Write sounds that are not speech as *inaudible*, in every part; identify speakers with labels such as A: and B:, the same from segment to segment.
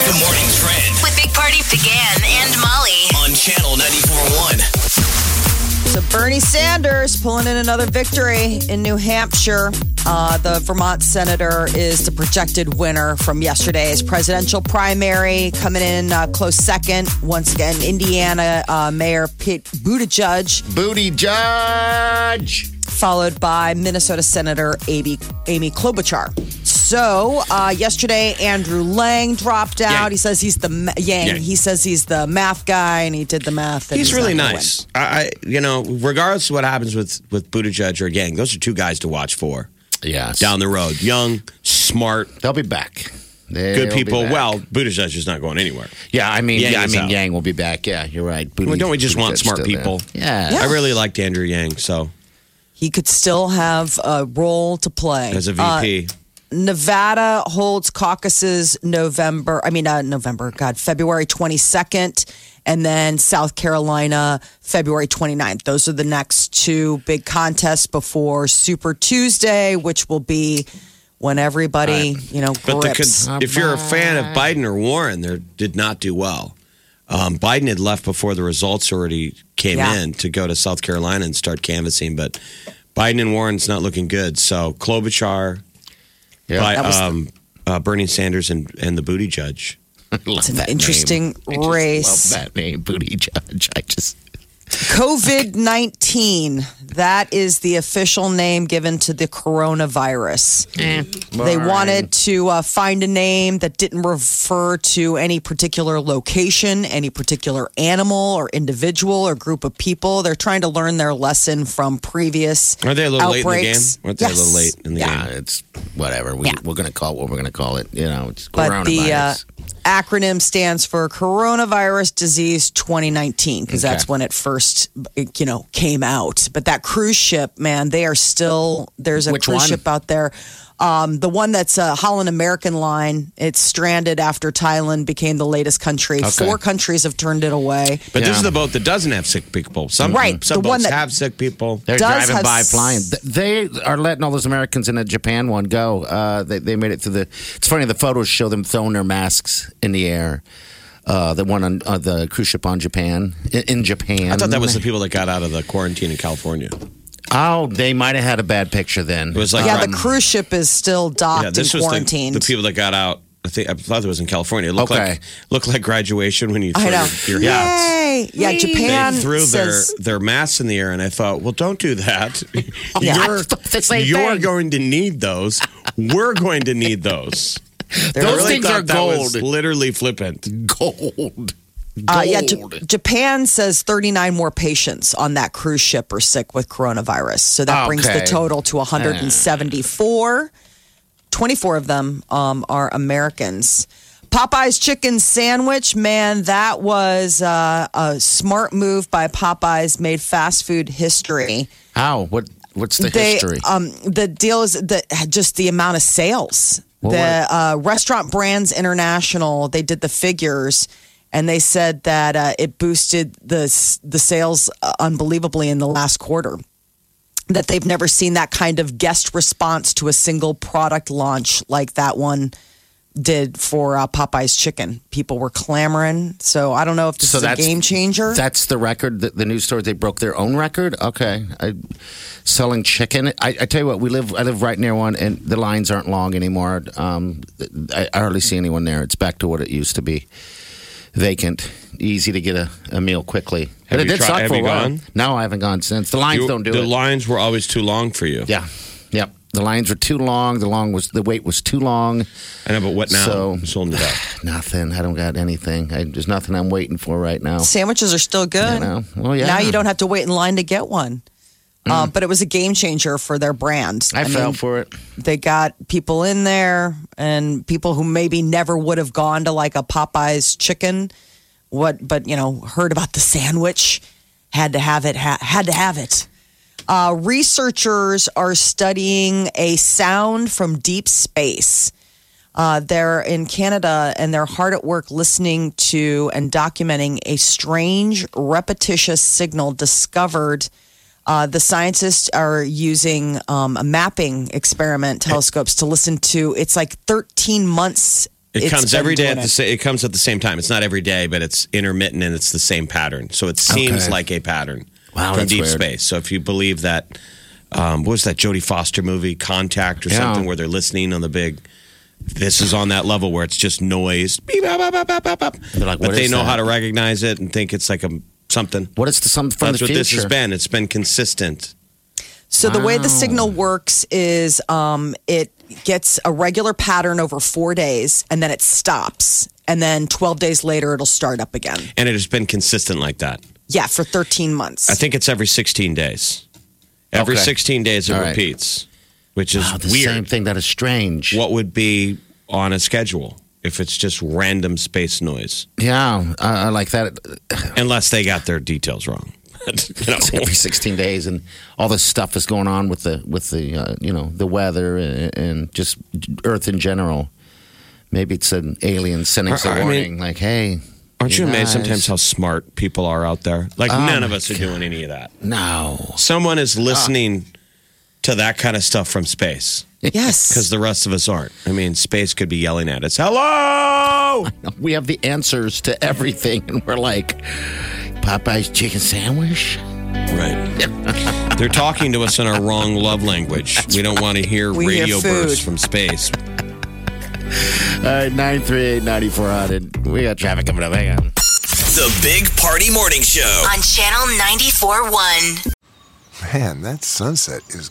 A: Good morning, Trend
B: With Big Party began and Molly.
A: on Channel 94.1.
C: So Bernie Sanders pulling in another victory in New Hampshire. Uh, the Vermont senator is the projected winner from yesterday's presidential primary, coming in uh, close second. Once again, Indiana uh, Mayor Pete Buttigieg,
D: Booty Judge.
C: followed by Minnesota Senator Amy, Amy Klobuchar. So uh, yesterday, Andrew Lang dropped out.
D: Yang.
C: He says he's the ma- Yang.
D: Yang.
C: He says he's the math guy, and he did the math. and
D: He's really
C: not gonna
D: nice. I, I, you know, regardless of what happens with with Buttigieg or Gang, those are two guys to watch for
E: Yes.
D: down the road. Young, smart,
E: They'll be back. They'll
D: good
E: be
D: people.
E: back.
D: Well, Buttigieg is not going anywhere.
E: yeah, I mean,
D: Yang
E: yeah, I
D: is
E: mean,
D: out.
E: Yang will be back. Yeah, you're right. Booty,
D: Well, don't we just want
E: Buttigieg's
D: smart
E: still there.
D: people?
E: Yeah.
C: Yeah.
D: I really liked Andrew Yang. So
C: he could still have a role to play
D: as a
C: Uh,
D: VP,
C: Nevada holds caucuses November, I mean, uh, November, God, February 22nd, and then South Carolina, February 29th. Those are the next two big contests before Super Tuesday, which will be when everybody, you know,
D: but the,
C: grips.
D: con- if you're a fan of Biden or Warren, they did not do well. Um, Biden had left before the results already came
C: Yeah.
D: in to go to South Carolina and start canvassing, but Biden and Warren's not looking good. So Klobuchar,
E: Yeah.
D: by
C: was-
D: um, uh, Bernie Sanders and, and the booty judge.
E: *laughs* Love
C: It's an
E: that
C: interesting
E: name. I just
C: race.
E: Love that name, Booty Judge. I just
C: COVID 19, that is the official name given to the coronavirus. Eh, They wanted to uh, find a name that didn't refer to any particular location, any particular animal or individual or group of people. They're trying to learn their lesson from previous
D: Are they a little
C: outbreaks.
D: late in the game? Aren't they a little
C: Yes.
D: late in the
C: Yeah.
E: Yeah, it's whatever. We, We're going to call it what we're going to call it. You know, it's
C: But
E: coronavirus.
C: the uh, acronym stands for Coronavirus Disease 2019 because that's
E: Okay.
C: when it first, you know, came out. But that cruise ship, man, they are still there's a
E: Which
C: cruise
E: one?
C: ship out there. Um, the one that's a Holland American line. It's stranded after Thailand became the latest country.
E: Okay.
C: Four countries have turned it away.
D: But this
E: Yeah.
D: is the boat that doesn't have sick people. Some,
C: Right,
D: some
C: the one
D: boats
C: that-
D: have sick people.
E: They're
C: does
E: driving
C: have
E: by
C: s-
E: flying. Th- They are letting all those Americans in the Japan one go. Uh, they, they made it through the. It's funny, the photos show them throwing their masks in the air. Uh, the one on uh, the cruise ship on Japan in, in Japan.
D: I thought that was the people that got out of the quarantine in California.
E: Oh, they might have had a bad picture then.
D: It was like
C: yeah,
D: right-
C: the cruise ship is still docked
D: yeah, this
C: and
D: was the,
C: quarantined.
D: the people that got out. I think I thought it was in California. It looked
E: Okay.
D: like looked like graduation when you threw
C: I know.
D: your, your hats.
C: Yay! Yeah, Japan
D: They threw
C: says
D: their their masks in the air, and I thought, well, don't do that.
C: *laughs*
D: *laughs*
C: Yeah.
D: You're,
C: *laughs*
E: The same
D: you're
E: thing.
D: going to need those. We're going to need those.
C: they're
E: Those
D: I really
E: things
D: thought
E: are
D: that was
E: gold.
D: literally flippant.
E: gold. Gold.
C: Uh, yeah, J- Japan says 39 more patients on that cruise ship are sick with coronavirus. So that brings the
E: Okay.
C: total to 174. 24 of them um, are Americans. Popeye's chicken sandwich, man, that was uh, a smart move by Popeye's, made fast food history.
E: How? What? What's the
C: They,
E: history?
C: um, the deal is that just the amount of sales. the uh, Restaurant Brands International they did the figures, and they said that uh, it boosted the s- the sales uh, unbelievably in the last quarter. That they've never seen that kind of guest response to a single product launch like that one did for uh, Popeye's Chicken. People were clamoring. So I don't know if this
E: So
C: is a
E: that's-
C: game changer.
E: That's the record. The, the news story. They broke their own record. Okay, I, selling chicken. I, I tell you what, we live. I live right near one, and the lines aren't long anymore. Um, I, I hardly see anyone there. It's back to what it used to be. Vacant, easy to get a, a meal quickly. but
D: Have
E: it
D: you
E: did
D: tried-
E: suck
D: have
E: for a
D: you
E: while.
D: gone?
E: No, I haven't gone since. The lines
D: You-
E: don't do
D: the
E: it.
D: lines were always too long for you.
E: yeah, yep. The lines were too long. The long was the wait was too long.
D: I know, but what now?
E: So-
D: It's holding it
E: *sighs*
D: up.
E: Nothing. I don't got anything. I, there's nothing I'm waiting for right now.
C: Sandwiches are still good.
E: You know? Well, yeah. Mm.
C: Now you don't have to wait in line to get one. Um, but it was a game changer for their brand.
E: I, fell
C: mean,
E: for it.
C: they got people in there and people who maybe never would have gone to like a Popeyes chicken, what but you know heard about the sandwich, had to have it, ha- had to have it. Uh, researchers are studying a sound from deep space. Uh, they're in Canada and they're hard at work listening to and documenting a strange, repetitious signal discovered. Uh, the scientists are using um, a mapping experiment telescopes to listen to. It's like 13 months.
D: It
C: it's
D: comes
C: been
D: every day at
C: doing
D: the
C: it.
D: sa- it comes at the same time. It's not every day, but it's intermittent and it's the same pattern. So it seems
E: Okay.
D: like a pattern
E: Wow,
D: from
E: that's
D: deep
E: weird.
D: space. So if you believe that, um, what was that Jodie Foster movie, Contact or
E: Yeah.
D: something, where they're listening on the big. This is on that level where it's just noise. Beep, bop, bop, bop, bop, bop, bop.
E: They're like,
D: but
E: "What
D: they
E: is
D: know
E: that?"
D: how to recognize it and think it's like a something.
E: What is the something from
D: That's
E: the
D: what
E: future?
D: this has been. It's been consistent.
C: So the way the signal works is um, it gets a regular pattern over four days and then it stops. And then 12 days later, it'll start up again.
D: And it has been consistent like that.
C: Yeah, for 13 months.
D: I think it's every 16 days. Every
E: Okay.
D: 16 days it
E: All right.
D: repeats, which is
E: Wow, the
D: weird.
E: same thing. That is strange.
D: What would be on a schedule if it's just random space noise?
E: Yeah, I, I like that.
D: Unless they got their details wrong. *laughs*
E: *laughs*
D: You know.
E: Every 16 days, and all this stuff is going on with the with the uh, you know the weather and, and just Earth in general. Maybe it's an alien sending us a
D: I- I mean-
E: warning, like, "Hey,
D: Aren't you amazed
E: guys- Oh
D: sometimes how smart people are out there? Like, none of
E: my
D: us are doing any of that.
E: No, Uh.
D: Someone is listening to that kind of stuff from space because *laughs*
C: yes.
D: the rest of us aren't. I mean, space could be yelling at us, hello!
E: *laughs* we have the answers to everything, and we're like Popeye's chicken sandwich." *laughs*
D: Right. They're talking to us in our wrong love language. we don't want to hear
C: We hear
D: radio bursts
C: food.
D: from space.
E: All right, nine three eight ninety four hundred. We got traffic coming up. Hang on.
A: The Big Party Morning Show.
B: on Channel 94.1.
F: Man, that sunset is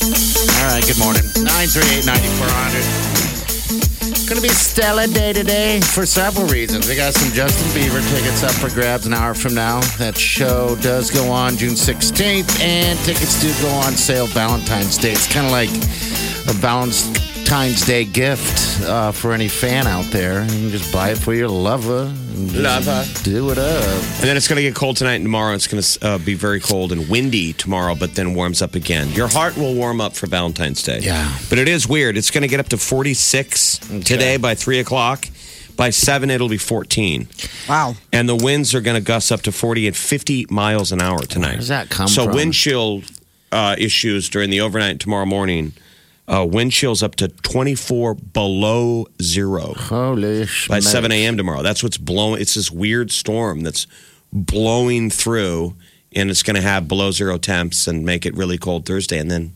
E: right, good morning. 938 9400. Going to be a stellar day today *laughs* for several reasons. We got some Justin Bieber tickets up for grabs an hour from now. That show does go on June 16th, and tickets do go on sale Valentine's Day. It's kind of like a Valentine's Day gift uh, for any fan out there. You can just buy it for your lover. and just
D: Lover.
E: Do it up.
D: And then it's going to get cold tonight and tomorrow. It's going to uh, be very cold and windy tomorrow, but then warms up again. Your heart will warm up for Valentine's Day.
E: Yeah.
D: But it is weird. It's going to get up to 46 today by 3 o'clock. By 7, it'll be 14.
C: Wow.
D: And the winds are going to gust up to 40 and 50 miles an hour tonight. Where
E: does that come
D: so
E: from?
D: wind chill uh, issues during the overnight and tomorrow morning. Uh, wind chills up to 24 below zero
E: Holy
D: by 7
E: smokes.
D: a.m. tomorrow. That's what's blowing. It's this weird storm that's blowing through, and it's going to have below zero temps and make it really cold Thursday, and then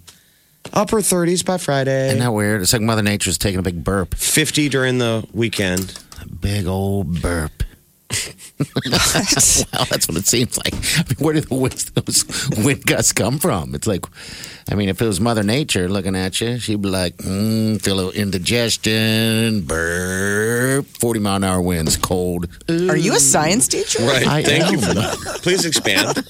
D: upper 30s by Friday,
E: Isn't that weird? It's like Mother Nature's taking a big burp.
D: 50 during the weekend.
E: big old burp. *laughs* well, that's what it seems like. I mean, where did the wind, those wind gusts come from? It's like, I mean, if it was Mother Nature looking at you, she'd be like, mm, feel a little indigestion, burp, 40 mile an hour winds, cold. Ooh,
C: Are you a science teacher?
D: Right.
E: I
D: Thank
E: am.
D: *laughs* you for that. Please expand.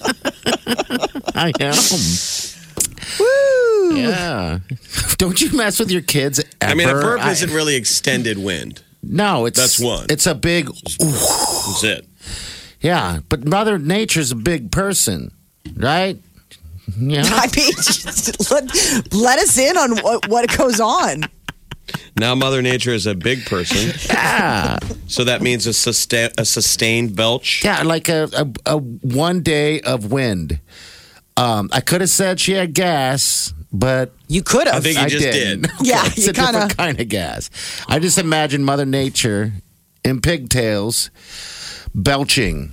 D: *laughs*
E: I am.
C: Woo!
E: Yeah. *laughs* Don't you mess with your kids ever.
D: I mean, a burp isn't
E: I-
D: really extended wind.
E: No, it's.
D: That's one.
E: It's a big,
D: That's it. *laughs*
E: yeah, but Mother Nature's a big person, right? Yeah.
C: I mean, just let, let us in on what, what goes on.
D: Now Mother Nature is a big person,
E: *laughs* yeah.
D: so that means a, sustain, a sustained belch.
E: Yeah, like a, a, a one day of wind. Um, I could have said she had gas, but
C: You could have.
D: I think you
E: I
D: just
E: didn't.
D: did.
E: *laughs* Okay,
C: Yeah,
E: it's
C: you
E: a different
C: kinda-
E: kind of gas. I just imagine Mother Nature in pigtails belching.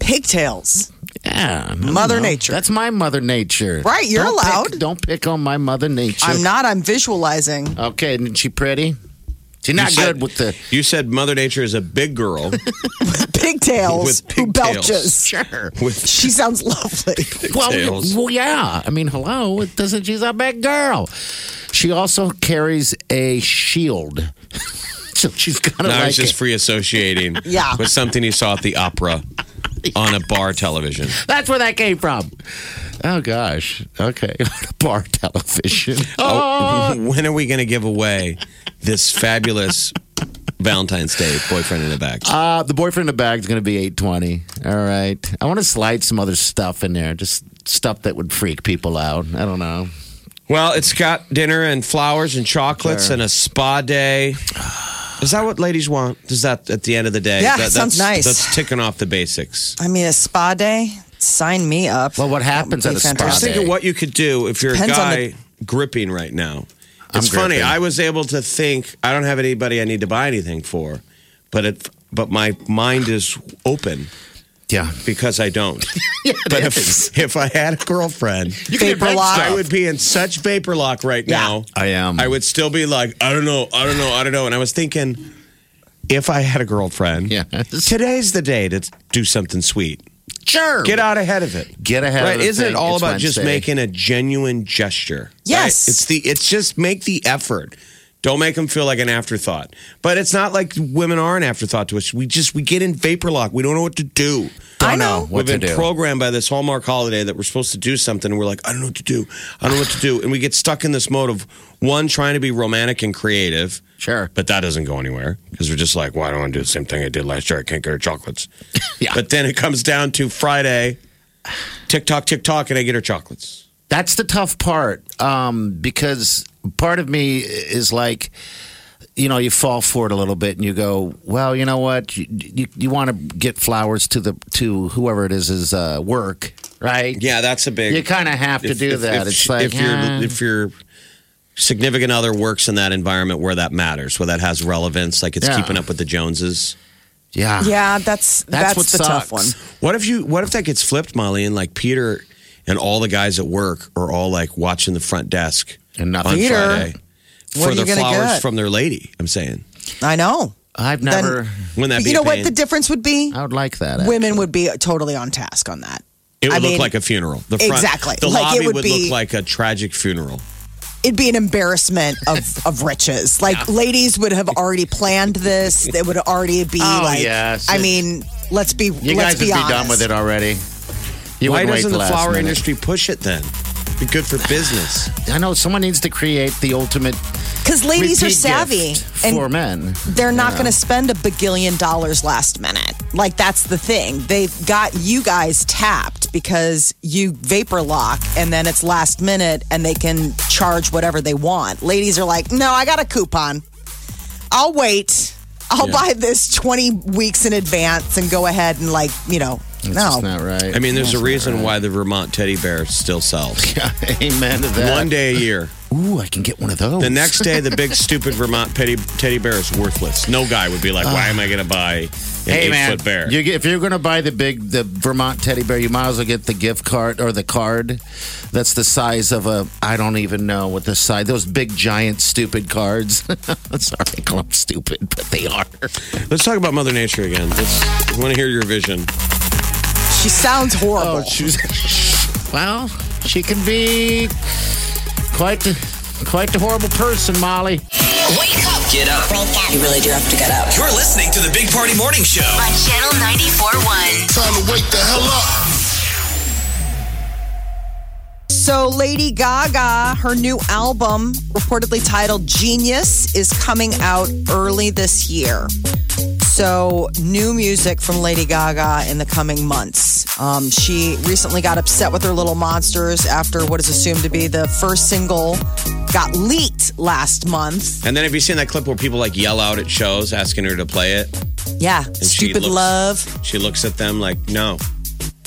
C: Pigtails.
E: Yeah, I don't
C: Mother Nature.
E: That's my Mother Nature.
C: Right, you're
E: Don't
C: allowed.
E: pick- don't pick on my Mother Nature.
C: I'm not. I'm visualizing.
E: Okay, isn't she pretty? She's not
D: You said-
E: good with the.
D: You said Mother Nature is a
E: *laughs*
D: big girl
C: Pigtails.
D: With
C: Who
D: pigtails.
C: belches?
E: Sure.
D: with
C: She sounds lovely.
E: Well,
D: Pigtails.
E: well, yeah. I mean, hello. It doesn't. She's a big girl. She also carries a shield, *laughs* so she's kind of
D: No, I
E: like.
D: was just
E: *laughs*
D: free associating
C: Yeah.
D: with something he saw at the opera on a bar television.
E: That's where that came from. Oh gosh. Okay. *laughs* Bar television.
D: Oh, *laughs* when are we going to give away this fabulous Valentine's Day boyfriend in a bag?
E: Uh, the boyfriend in the bag is going to be eight twenty. All right. I want to slide some other stuff in there, just stuff that would freak people out. I don't know.
D: Well, it's got dinner and flowers and chocolates and a spa day. Is that what ladies want? Is that at the end of the day?
C: Yeah,
D: that, that's-
C: sounds nice.
D: That's ticking off the basics.
C: I mean, a spa day. Sign me up.
E: Well, what
C: That would
E: happens at
C: be
E: a spa
D: I was
C: fantastic.
D: thinking
E: day?
D: what you could do if you're
C: Depends
D: a
C: on
D: guy
C: the-
D: gripping right now.
E: I'm
D: It's funny.
E: gripping.
D: I was able to think I don't have anybody I need to buy anything for, but it but my mind is open
E: Yeah.
D: because
E: *laughs*
D: I don't. but if, if I had a girlfriend,
C: Vapor lock.
D: I would be in such vapor lock right now.
E: I am.
D: I would still be like, I don't know, I don't know, I don't know. And I was thinking, if I had
E: *laughs*
D: a girlfriend,
E: Yeah.
D: today's the day to do something sweet.
E: Sure.
D: Get out ahead of it.
E: Get ahead of
D: Right?
E: the
D: Isn't
E: thing.
D: it all
E: It's
D: about just
E: Wednesday.
D: making a genuine gesture? Right?
C: Yes.
D: It's the it's just make the effort. Don't make them feel like an afterthought. But it's not like women are an afterthought to us. We just we get in vapor lock. We don't know what to do.
E: I know what
D: We've
E: to
D: been
E: do.
D: programmed by this Hallmark holiday that we're supposed to do something, and we're like, I don't know what to do. I don't know what to do, and we get stuck in this mode of one trying to be romantic and creative,
E: Sure.
D: but that doesn't go anywhere because we're just like, well, I don't want to do the same thing I did last year. I can't get her chocolates.
E: *laughs* Yeah.
D: But then it comes down to Friday, TikTok, TikTok, and I get her chocolates.
E: That's the tough part um, because part of me is like, you know, you fall for it a little bit and you go, well, you know what, you you, you want to get flowers to the to whoever it is is uh, work, right?
D: Yeah, that's a big.
E: You kind of have to
D: if-
E: do
D: if-
E: that.
D: If,
E: it's like
D: if your
E: eh.
D: if your significant other works in that environment where that matters, where that has relevance, like it's
E: Yeah.
D: keeping up with the Joneses.
E: yeah,
C: Yeah, that's that's,
E: That's what
C: the tough
E: sucks.
C: one.
D: What if you? What if that gets flipped, Molly, and like Peter and all the guys at work are all like watching the front desk
E: And
D: on
E: nothing.
C: Peter,
D: Friday
C: what
D: for
C: are you
D: their
C: gonna
D: flowers
C: get?
D: from their lady. I'm saying.
C: I know.
E: I've
C: Then-
E: never.
D: Wouldn't that be
C: you know
D: a
C: what
D: pain?
C: the difference would be?
E: I would like that.
C: Women would be totally on task on that.
D: It would
C: I
D: look
C: mean,
D: like a funeral. The front,
C: Exactly.
D: The
C: Like, it
D: lobby
C: would
D: would,
C: be-
D: look like a tragic funeral.
C: It'd be an embarrassment
D: *laughs*
C: of, of riches. Like ladies would have already planned this. They would already be
E: Oh,
C: like.
E: yes.
C: I mean, let's be.
E: You
C: let's
E: guys would be
C: honest.
E: done with it already. You
D: Why
E: wouldn't wait
D: doesn't
E: till last
D: the flower
E: minute.
D: industry push it then? Be good for business.
E: I know someone needs to create the ultimate.
C: Because ladies are
E: repeat
C: savvy
E: gift
C: and
E: for men.
C: they're not going to spend a bagillion dollars last minute. Like that's the thing. They've got you guys tapped because you vapor lock and then it's last minute and they can charge whatever they want. Ladies are like, "No, I got a coupon. I'll wait. I'll buy this 20 weeks in advance and go ahead and like, you know,
E: That's
C: no.
E: not right.
D: I mean, there's a reason why the Vermont teddy bear
E: *laughs*
D: still sells.
E: amen to that.
D: One day a year.
E: Ooh, I can get one of those.
D: The next day, the
E: *laughs*
D: big stupid Vermont teddy, teddy bear is worthless. No guy would be like, why am I going to buy an
E: Ah. Hey
D: eight
E: man,
D: foot bear?
E: You, get- if you're going to buy the big the Vermont teddy bear, you might as well get the gift card or the card that's the size of a I don't even know what the size. Those big giant stupid cards. *laughs* Sorry, I call them stupid, but they are.
D: Let's talk about Mother Nature again. Let's, I want to hear your vision.
C: She sounds horrible.
E: Oh, well, she can be quite the, quite the horrible person, Molly.
B: Wake up.
A: Get up.
B: You really do have to get up.
A: You're listening to the Big Party Morning Show.
B: On Channel 94.1.
F: Time to wake the hell up.
C: So, Lady Gaga, her new album, reportedly titled Genius, is coming out early this year. So, new music from Lady Gaga in the coming months. Um, she recently got upset with her little monsters after what is assumed to be the first single got leaked last month.
D: And then have you seen that clip where people like yell out at shows asking her to play it?
C: Yeah,
D: she
C: stupid
D: looks-
C: love.
D: She looks at them like, no.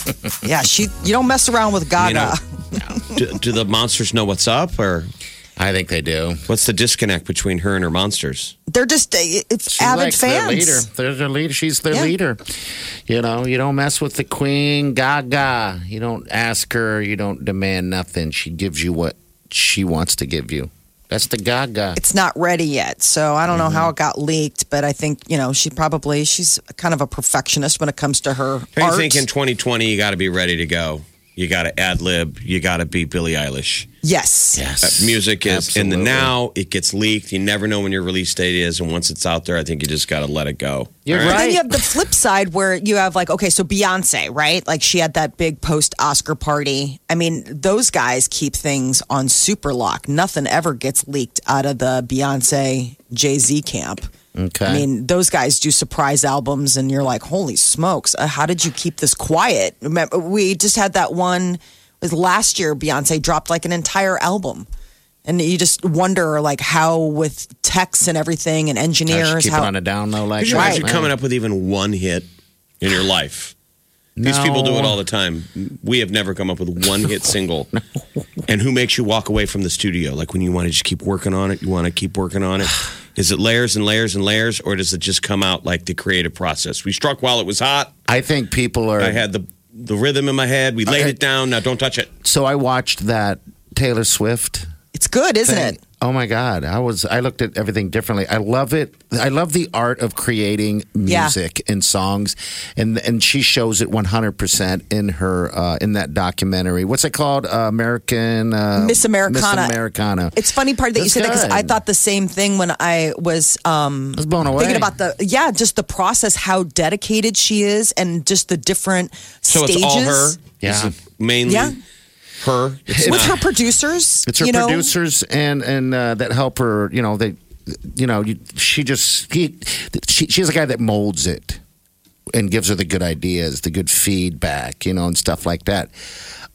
C: *laughs* Yeah, she. You don't mess around with Gaga.
D: You know, do, do the monsters know what's up or
E: I think they do.
D: what's the disconnect between her and her monsters?
C: They're just uh, it's
E: She
C: avid
E: likes
C: fans.
E: Their leader. They're their leader. She's their
C: Yeah.
E: leader. You know, you don't mess with the queen, Gaga. You don't ask her. You don't demand nothing. She gives you what she wants to give you. That's the Gaga.
C: It's not ready yet, so I don't know how it got leaked. But I think you know she probably she's kind of a perfectionist when it comes to her
D: Or
C: art.
D: you think in 2020 you got to be ready to go? You got to ad lib. You got to be Billie Eilish.
C: yes,
D: Uh,
E: Yes.
D: music is in the
E: Absolutely.
D: now. It gets leaked. You never know when your release date is, and once it's out there, I think you just got to let it go.
E: You're
D: All
C: But then
E: right.
C: you have the flip side where you have like, okay, so Beyonce, right? Like she had that big post Oscar party. I mean, those guys keep things on super lock. Nothing ever gets leaked out of the Beyonce Jay Z camp.
E: Okay.
C: I mean, those guys do surprise albums, and you're like, holy smokes, uh, how did you keep this quiet? Remember, we just had that one was last year. Beyonce dropped like an entire album. And you just wonder, like, how with techs and everything and
E: I should
C: engineers,
E: keep
C: how
E: it on a down low like
D: Could you
E: that,
D: imagine
E: man.
D: coming up with even one hit in your life? These
E: No.
D: people do it all the time. We have never come up with one
E: *laughs*
D: hit single. And who makes you walk away from the studio? Like when you want to just keep working on it, you want to keep working
E: *sighs*
D: on it. Is it layers and layers and layers, or does it just come out like the creative process? We struck while it was hot.
E: I think people are.
D: I had the the rhythm in my head. We laid
E: Okay.
D: it down. Now don't touch it.
E: so I watched that Taylor Swift
C: it's good, isn't it?
E: Oh my God. I was I looked at everything differently. I love it. I love the art of creating
C: Yeah.
E: music and songs. And and she shows it one hundred percent in her uh, in that documentary. What's it called? Uh, American uh,
C: Miss Americana.
E: Miss Americana.
C: It's funny part that you
E: That's
C: said that because
E: good.
C: I thought the same thing when I was um,
E: I was blown away.
C: thinking about the yeah, just the process, how dedicated she is, and just the different
D: So
C: stages
D: it's all her.
E: Yeah.
D: It's mainly
C: Yeah.
D: her. It's
C: with
D: not-
C: her producers.
E: It's her
C: you know?
E: producers and and uh, that help her. You know they, you know you, she just he, she she's a guy that molds it and gives her the good ideas, the good feedback, you know, and stuff like that.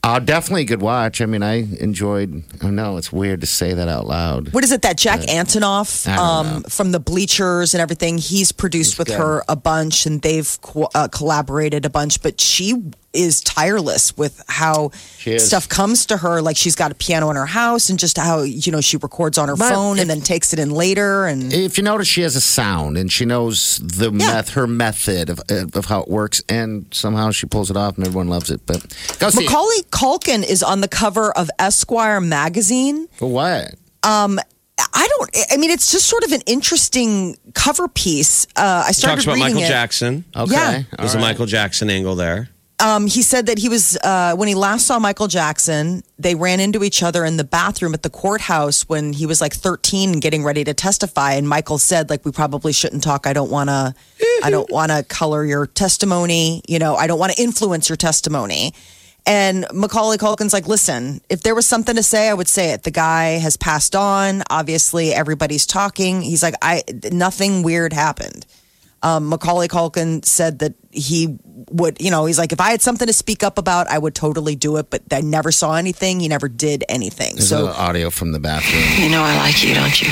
E: Uh, definitely a good watch. I mean, I enjoyed. I know it's weird to say that out loud.
C: What is it that Jack Antonoff
E: Uh, I don't
C: um, from the Bleachers and everything? He's produced with her a bunch, and they've co- uh, collaborated a bunch. But she is tireless with how
E: She is.
C: stuff comes to her. Like she's got a piano in her house, and just how you know she records on her
E: But
C: phone
E: if-
C: and then takes it in later. And
E: If you notice, she has a sound and she knows the
C: Yeah.
E: meth, her method of of how it works, and somehow she pulls it off, and everyone loves it. But go see it.
C: Macaulay Culkin is on the cover of Esquire magazine. Um,
E: for what?
C: I don't. I mean, it's just sort of an interesting cover piece. Uh, I started
D: talks about
C: reading
D: Michael
C: it.
D: Jackson.
E: Okay,
C: Yeah.
E: All
D: There's a
E: right.
D: Michael Jackson angle there.
C: Um, he said that he was uh, when he last saw Michael Jackson, they ran into each other in the bathroom at the courthouse when he was like 13 and getting ready to testify. And Michael said, like, we probably shouldn't talk. I don't want to. I don't want to color your testimony. You know, I don't want to influence your testimony. And Macaulay Culkin's like, listen, if there was something to say, I would say it. The guy has passed on. Obviously, everybody's talking. He's like, I nothing weird happened. Um, Macaulay Culkin said that he would, you know, he's like, if I had something to speak up about, I would totally do it. But I never saw anything. He never did anything.
E: There's a
C: so
E: little audio from the bathroom.
G: You know I like you, don't you?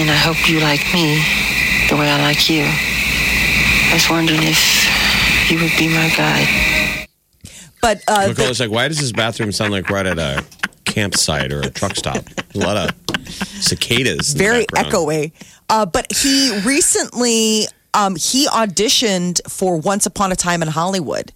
G: And I hope you like me the way I like you. I was wondering if you would be my guide.
C: but uh, the-
D: Nicole's like, why does this bathroom sound like right at a campsite or a truck stop? A lot of cicadas. in the
C: very
D: background.
C: echoey. Uh, but he recently um, he auditioned for Once Upon a Time in Hollywood.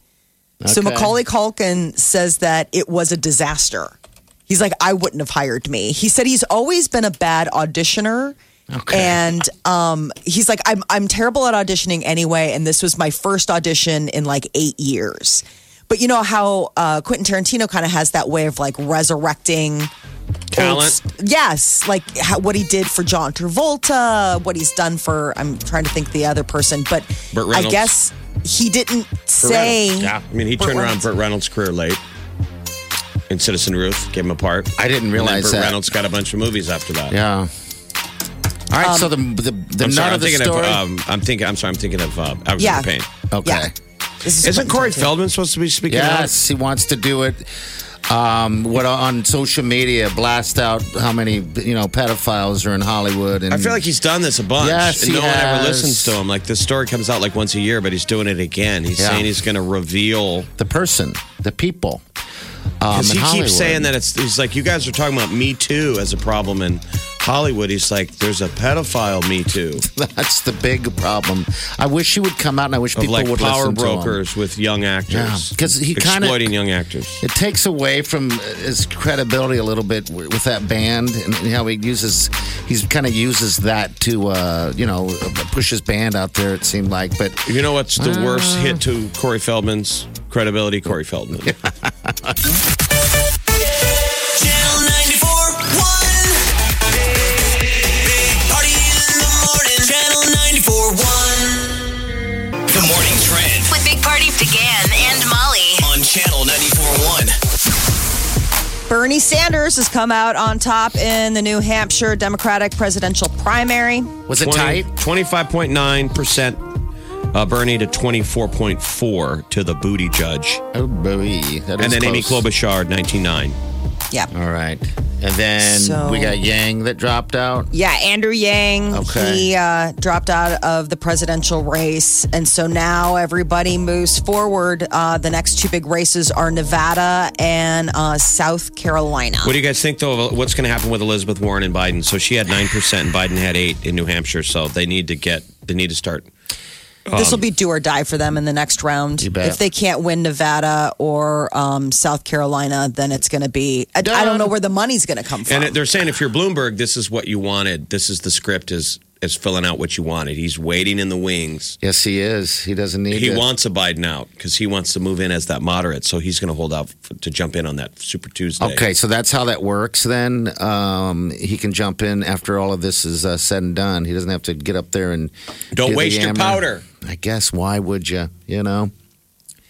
C: So
E: Okay.
C: Macaulay Culkin says that it was a disaster. He's like, I wouldn't have hired me. He said he's always been a bad auditioner.
E: Okay.
C: And um, he's like, I'm I'm terrible at auditioning anyway, and this was my first audition in like eight years. But you know how uh, Quentin Tarantino kind of has that way of like resurrecting
D: Talent.
C: old- yes, like how, what he did for John Travolta, what he's done for I'm trying to think the other person, but
D: Burt
C: I
D: Reynolds.
C: guess he didn't
D: Burt
C: say.
D: Reynolds. Yeah. I mean, he
C: Burt
D: turned around
C: Reynolds.
D: Burt Reynolds' career late in Citizen Ruth, gave him a part.
E: I didn't
D: And then
E: realize
D: Burt
E: that.
D: Reynolds got a bunch of movies after that.
E: Yeah. All right, so the the, the
D: Um,
E: nut
D: I'm sorry.
E: of
D: I'm
E: the
D: thinking
E: story.
D: of. Um, I'm thinking. I'm sorry. I'm thinking of uh, Alexander
C: Yeah.
D: Payne.
E: okay.
C: yeah. This is
D: Isn't Corey Feldman supposed to be speaking? out?
E: Yes, he wants to do it. Um, what on social media blast out how many you know pedophiles are in Hollywood? And
D: I feel like he's done this a bunch,
E: Yes,
D: and
E: he
D: no one ever
E: has.
D: listens to him. Like this story comes out like once a year, but he's doing it again. He's
E: Yeah.
D: saying he's going to reveal
E: the person, the people. Um,
D: because
E: in
D: he
E: Hollywood.
D: keeps saying that it's. He's like, you guys are talking about Me Too as a problem in Hollywood. He's like, there's a pedophile Me Too
E: *laughs* that's the big problem. I wish he would come out, and I wish
D: of
E: people
D: like
E: would
D: power
E: listen to him.
D: brokers with young actors.
E: Yeah, 'cause he kinda-
D: exploiting young actors.
E: It takes away from his credibility a little bit w- with that band and how he uses, he's kind of uses that to, uh, you know, push his band out there, it seemed like. But
D: You know what's the worst hit
E: Ah.
D: to Corey Feldman's credibility? Corey Feldman.
A: Channel 94 1. Big party in the morning. Channel 94 1. The morning trend
B: With Big Party began and Molly.
A: on Channel 94 1.
C: Bernie Sanders has come out on top in the New Hampshire Democratic presidential primary.
E: *laughs* was it tight?
D: 25.9% uh, Bernie to 24.4 to the booty judge.
E: Oh, boy. That
D: and
E: is
D: then Amy
E: close.
D: Klobuchar, 199.
C: Yeah.
E: All right. And then
C: So-
E: we got Yang that dropped out.
C: Yeah, Andrew Yang.
E: Okay.
C: He uh, dropped out of the presidential race. And so now everybody moves forward. Uh, the next two big races are Nevada and uh, South Carolina.
D: What do you guys think, though, of what's going to happen with Elizabeth Warren and Biden? So she had 9% and Biden had 8 in New Hampshire. So they need to get, they need to start. um,
C: this will be do or die for them in the next round.
E: You bet.
C: If they can't win Nevada or um, South Carolina, then it's going to be. I, I don't know where the money's going to come from.
D: And it- they're saying if you're Bloomberg, this is what you wanted. This is the script is is filling out what you wanted. He's waiting in the wings.
E: Yes, he is. He doesn't need
D: He
E: it.
D: wants a Biden out because he wants to move in as that moderate. So he's going to hold out for, to jump in on that Super Tuesday.
E: Okay, so that's how that works. Then um, he can jump in after all of this is uh, said and done. He doesn't have to get up there and
D: Don't
E: do the
D: waste your
E: yammer.
D: powder.
E: I guess why would you? You know,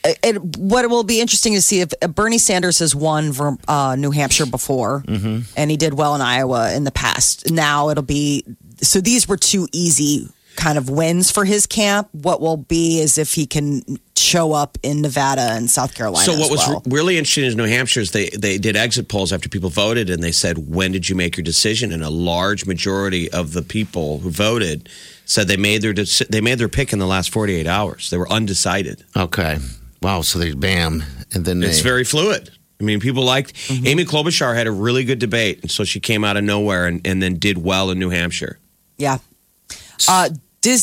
C: it, what will be interesting to see if if Bernie Sanders has won Ver- uh, New Hampshire before,
D: Mm-hmm.
C: and he did well in Iowa in the past. Now it'll be so these were two easy kind of wins for his camp. What will be is if he can show up in Nevada and South Carolina.
D: So what
C: as
D: was
C: well.
D: re- really interesting in New Hampshire is they they did exit polls after people voted and they said when did you make your decision and a large majority of the people who voted said they made their deci- they made their pick in the last 48 hours. They were undecided.
E: Okay. Wow. So they bam, and then
D: It's
E: they-
D: very fluid. I mean, people liked
C: Mm-hmm.
D: Amy Klobuchar had a really good debate, and so she came out of nowhere and, and then did well in New Hampshire.
C: Yeah. Uh,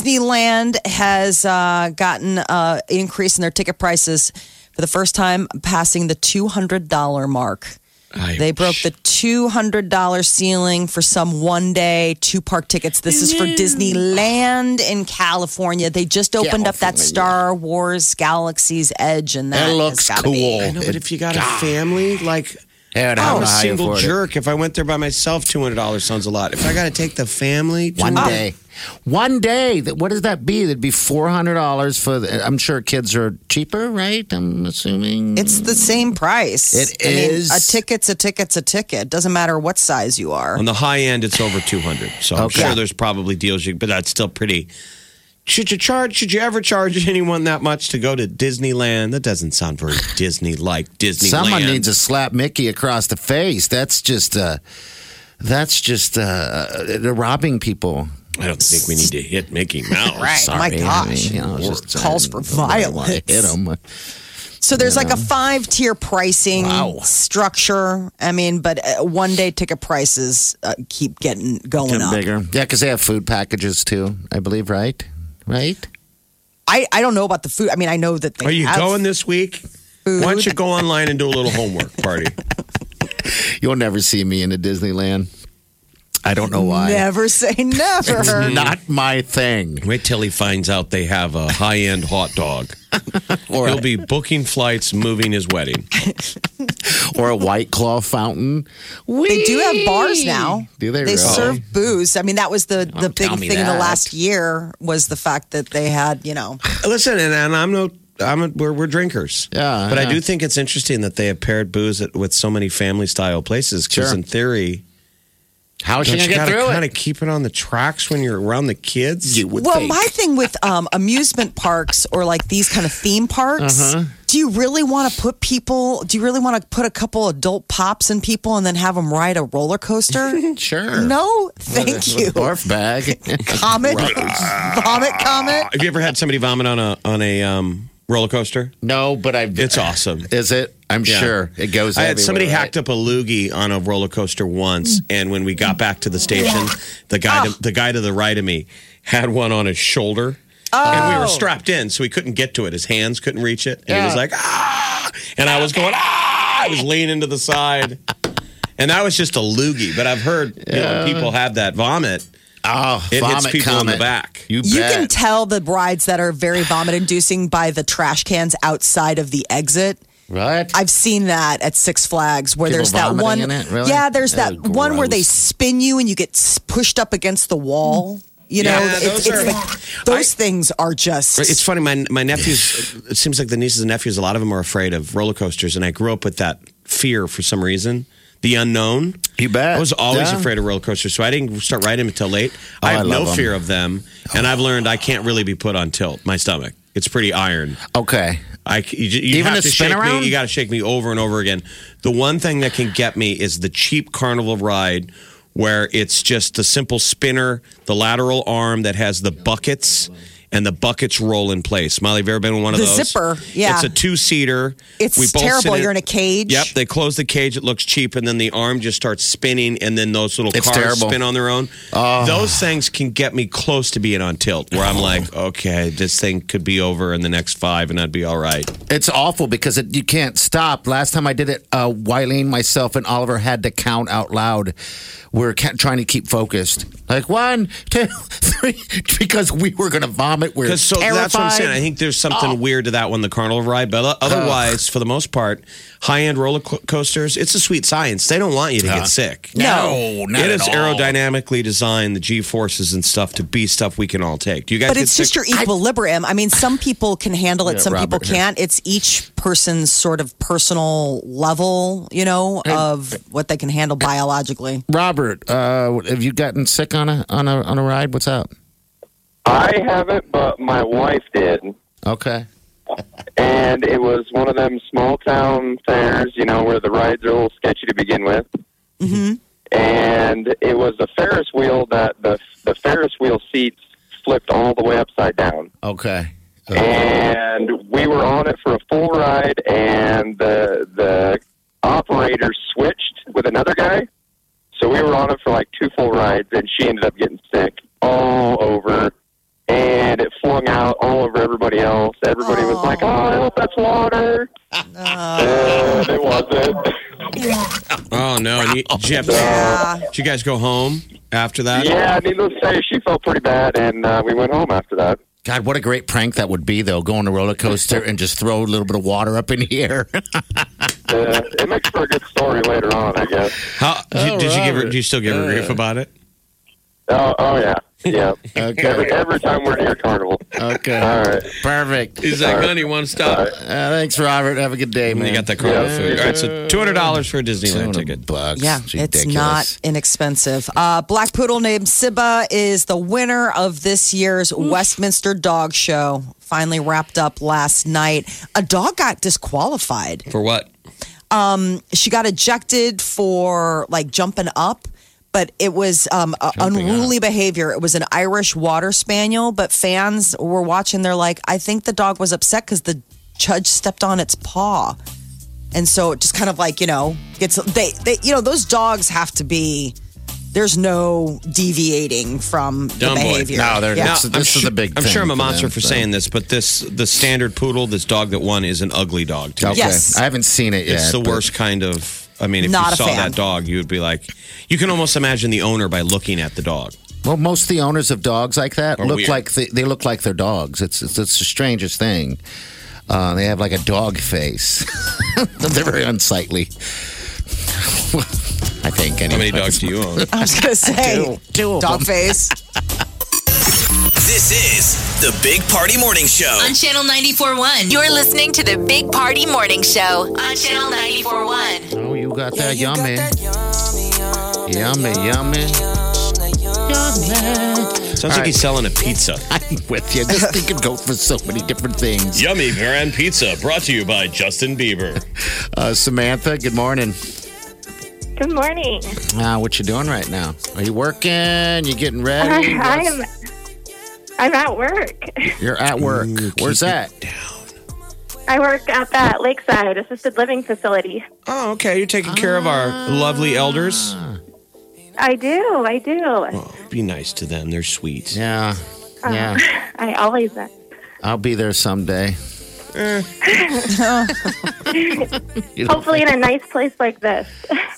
C: Disneyland has uh, gotten uh, increase in their ticket prices for the first time, passing the two hundred dollar mark.
D: I-
C: They broke the two hundred dollar ceiling for some one day two park tickets. This is for Disneyland in California. They just opened up that Star Wars Galaxy's Edge, and that
E: That
C: has
E: looks
C: gotta be-
E: cool.
D: I know, but if you got a family, like
E: How'd
D: I'm
E: I
D: a
E: hire
D: single
E: for it?
D: jerk. If I went there by myself, two hundred dollars sounds a lot. If I got to take
E: *laughs*
D: the family,
E: One
D: $200
E: day. One day. That What does that be? That'd be four hundred dollars for. The, I'm sure kids are cheaper, right? I'm assuming.
C: It's the same price.
E: It
C: I mean,
E: is.
C: a ticket's a ticket's a ticket. Doesn't matter what size you are.
D: On the high end, it's over two hundred. So I'm
E: Okay.
D: sure there's probably deals, you, but that's still pretty. Should you charge? Should you ever charge anyone that much to go to Disneyland? That doesn't sound
E: *sighs*
D: very Disney-like. Disneyland.
E: Someone needs to slap Mickey across the face. That's just. Uh, that's just uh, they're robbing people.
D: I don't think we need to
E: *laughs*
D: hit Mickey Mouse.
C: Oh my
E: Sorry, I mean,
C: gosh.
E: you know, it's just, uh,
C: Calls for
E: nobody wanna
C: violence.
E: Hit them.
C: So there's like a five tier pricing
E: Wow.
C: structure. I mean, but uh, one day ticket prices uh, keep getting going
E: Get
C: up.
E: bigger. Yeah, because they have food packages too, I believe, right? Right?
C: I, I don't know about the food. I mean, I know that they
D: Are you
C: have
D: going this week? Why don't you go online and do a little homework party?
E: *laughs* You'll never see me in a Disneyland. I don't know why. *laughs*
C: Never say never.
E: Not my thing.
D: Wait till he finds out they have a high end hot *laughs* dog. or he'll be booking flights, moving his wedding.
E: Or a White Claw fountain.
C: they do have bars now.
E: Do they really?
C: serve booze. I mean, that was the, the big
E: tell me
C: thing in the
E: that.
C: last year was the fact that they had, you know,
D: Listen, and, and I'm no. I'm a, we're, we're drinkers.
E: Yeah,
D: But I
E: yeah.
D: do think it's interesting that they have paired booze at, with so many family style places because,
E: Sure.
D: in theory,
E: How is she
D: Don't
E: going
D: you
E: to get
D: gotta
E: through
D: kind
E: it?
D: of keep it on the tracks when you're around the kids?
E: You would
C: Well,
E: think.
C: my thing with um, amusement parks or like these kind of theme parks,
E: Uh-huh.
C: do you really want to put people? Do you really want to put a couple adult pops in people and then have them ride a roller
E: *laughs*
C: coaster?
E: sure.
C: no, thank you.
E: With barf bag.
C: *laughs* Comet, vomit,
D: *laughs*
C: comet.
D: Have you ever had somebody vomit on a on a um, roller coaster?
E: no, but I've.
D: It's awesome.
E: Is it? I'm
D: Yeah.
E: sure it goes.
D: I had somebody
E: everywhere,
D: hacked up a loogie on a roller coaster once,
C: Mm.
D: and when we got back to the station, the guy
C: Oh.
D: to, the guy to the right of me had one on his shoulder,
C: Uh,
D: and we were
C: Oh.
D: strapped in, so he couldn't get to it. His hands couldn't reach it, and he was
E: Yeah.
D: like ah, and I was going ah, I was leaning to the side, and that was just a loogie. But I've heard you know, when people have that vomit,
E: Oh,
D: it
E: vomit
D: hits people in the
E: comet.
D: back.
E: You,
C: You
E: bet.
C: can tell the rides that are very vomit inducing by the trash cans outside of the exit.
E: right?
C: I've seen that at Six Flags where
E: People
C: there's that
E: vomiting
C: one.
E: in it? Really?
C: Yeah, there's that
E: Ew,
C: one where they
E: gross.
C: spin you and you get s- pushed up against the wall. You know,
D: Yeah,
C: it's,
D: those
C: it's
D: are-
C: like, those things are just.
D: It's funny. My my nephews. It seems like the nieces and nephews. A lot of them are afraid of roller coasters, and I grew up with that fear for some reason. The unknown.
E: You bet.
D: I was always
E: Yeah.
D: afraid of roller coasters, so I didn't start riding until late. I
E: Oh, I
D: have no
E: love 'em.
D: fear of them, and I've learned I can't really be put on tilt. My stomach. It's pretty iron.
E: okay.
D: I c- you, you
E: Even
D: have
E: the
D: to
E: spin
D: shake
E: around?
D: me. You got to shake me over and over again. The one thing that can get me is the cheap carnival ride where it's just the simple spinner, the lateral arm that has the buckets. And the buckets roll in place. Molly, have you ever been in one of
C: The
D: those?
C: zipper, yeah.
D: It's a two seater.
C: It's terrible. You're in a cage.
D: Yep. They close the cage. It looks cheap, and then the arm just starts spinning, and then those little
E: It's
D: cars
E: terrible. Ah.
D: spin on their own. Those things can get me close to being on tilt, where I'm like,
E: Oh.
D: okay, this thing could be over in the next five, and I'd be all right.
E: It's awful because it, you can't stop. Last time I did it, uh, Wileen, myself, and Oliver had to count out loud. We're ca- trying to keep focused, like one, two, *laughs* three, because we were going to vomit. We're
D: Because so
E: terrified.
D: that's what I'm saying. I think there's something weird to that one, the carnival ride. But o- otherwise, for the most part, high end roller co- coasters, it's a sweet science. They don't want you to get sick.
E: no, not at
D: it is
E: all.
D: aerodynamically designed, the G forces and stuff to be stuff we can all take. Do you guys?
C: but
D: get
C: it's
D: sick?
C: just your equilibrium. I, mean, some people can handle it, some people
E: Robert here.
C: can't. It's each person's sort of personal level, you know, of what they can handle biologically.
E: Robert, uh, have you gotten sick on a on a on a ride? What's up?
H: I haven't, but my wife did.
E: Okay.
H: And it was one of them small town fairs, you know, where the rides are a little sketchy to begin with. Mm-hmm. And it was the Ferris wheel that the the Ferris wheel seats flipped all the way upside down.
E: Okay.
H: And we were on it for a full ride, and the the operator switched with another guy. So we were on it for like two full rides, and she ended up getting sick all over, and it flung out all over everybody else. Everybody was like, "Oh, I hope that's water," and it wasn't.
D: Oh no! And you, did, you have to- did you guys go home after that?
H: yeah, needless to say, she felt pretty bad, and uh, we went home after that.
E: God, what a great prank that would be, though. Go on a roller coaster and just throw a little bit of water up in the air.
H: Uh, it makes for a good story later on, I guess.
D: *laughs* How, did,
E: Oh,
D: did you give her?
E: Robert.
D: Do you still give her grief about it?
H: Oh, oh yeah, yeah. Every,
E: okay.
H: every time we're near carnival.
E: Okay.
H: All right.
E: Perfect.
D: He's like, honey, one stop.
E: Uh, thanks, Robert. Have a good day,
D: And
E: man.
D: you got that carnival
H: Yeah.
D: food. All right, so two hundred dollars for a
E: 200
D: Disneyland ticket.
E: bucks.
C: Yeah, it's not
E: ridiculous.
C: inexpensive. Uh, black poodle named Sibba is the winner of this year's Westminster Dog Show. Finally wrapped up last night. A dog got disqualified.
D: For what?
C: Um, She got ejected for like jumping up, but it was um, uh, unruly behavior. It was an Irish water spaniel, but fans were watching. They're like, I think the dog was upset because the judge stepped on its paw. And so it just kind of like, you know, gets they, they you know, those dogs have to be there's no deviating from
D: Dumb
C: the
D: boy.
C: behavior.
E: No, they're
C: Yeah.
E: not. So this is the big
D: I'm
E: thing
D: sure I'm a
E: for
D: monster
E: them,
D: for
E: so.
D: saying this, but this the standard poodle, this dog that won, is an ugly dog. To me.
E: Okay.
C: Yes.
E: I haven't seen it yet.
D: It's the
E: but-
D: worst kind of. I mean, if
C: Not
D: you
C: a
D: saw
C: fan.
D: that dog, you would be like, you can almost imagine the owner by looking at the dog.
E: Well, most of the owners of dogs like that
D: Are
E: look
D: weird.
E: like they, they look like their dogs. It's it's, it's the strangest thing. Uh, they have like a dog face. *laughs* They're very unsightly. *laughs* I think.
D: How
E: Anyway.
D: many dogs do you own?
C: *laughs* *laughs* I was gonna say dog face.
A: This is the Big Party Morning Show.
B: On Channel 94.1, you're listening to the Big Party Morning Show on Channel 94.1.
E: Oh, you got that yummy.
A: yummy.
E: Yummy, yummy.
D: Sounds like he's selling a pizza.
E: *laughs* I'm with you. This thing could go for so many different things.
D: Yummy Grand Pizza brought to you by Justin Bieber.
E: *laughs* Uh, Samantha, good morning.
I: Good morning.
E: Uh, what you doing right now? Are you working? You getting ready?
I: I am. I'm at work.
E: You're at work. Where's that?
I: I work at that lakeside assisted living facility.
D: Oh, okay. You're taking care of our lovely elders.
C: Ah.
I: I do. I do.
D: Be nice to them. They're sweet.
E: Yeah.
I: Uh,
E: Yeah.
I: *laughs* I always uh, am.
E: I'll be there someday. Mm. *laughs*
I: *laughs*
E: You know?
I: Hopefully, in a nice place like this.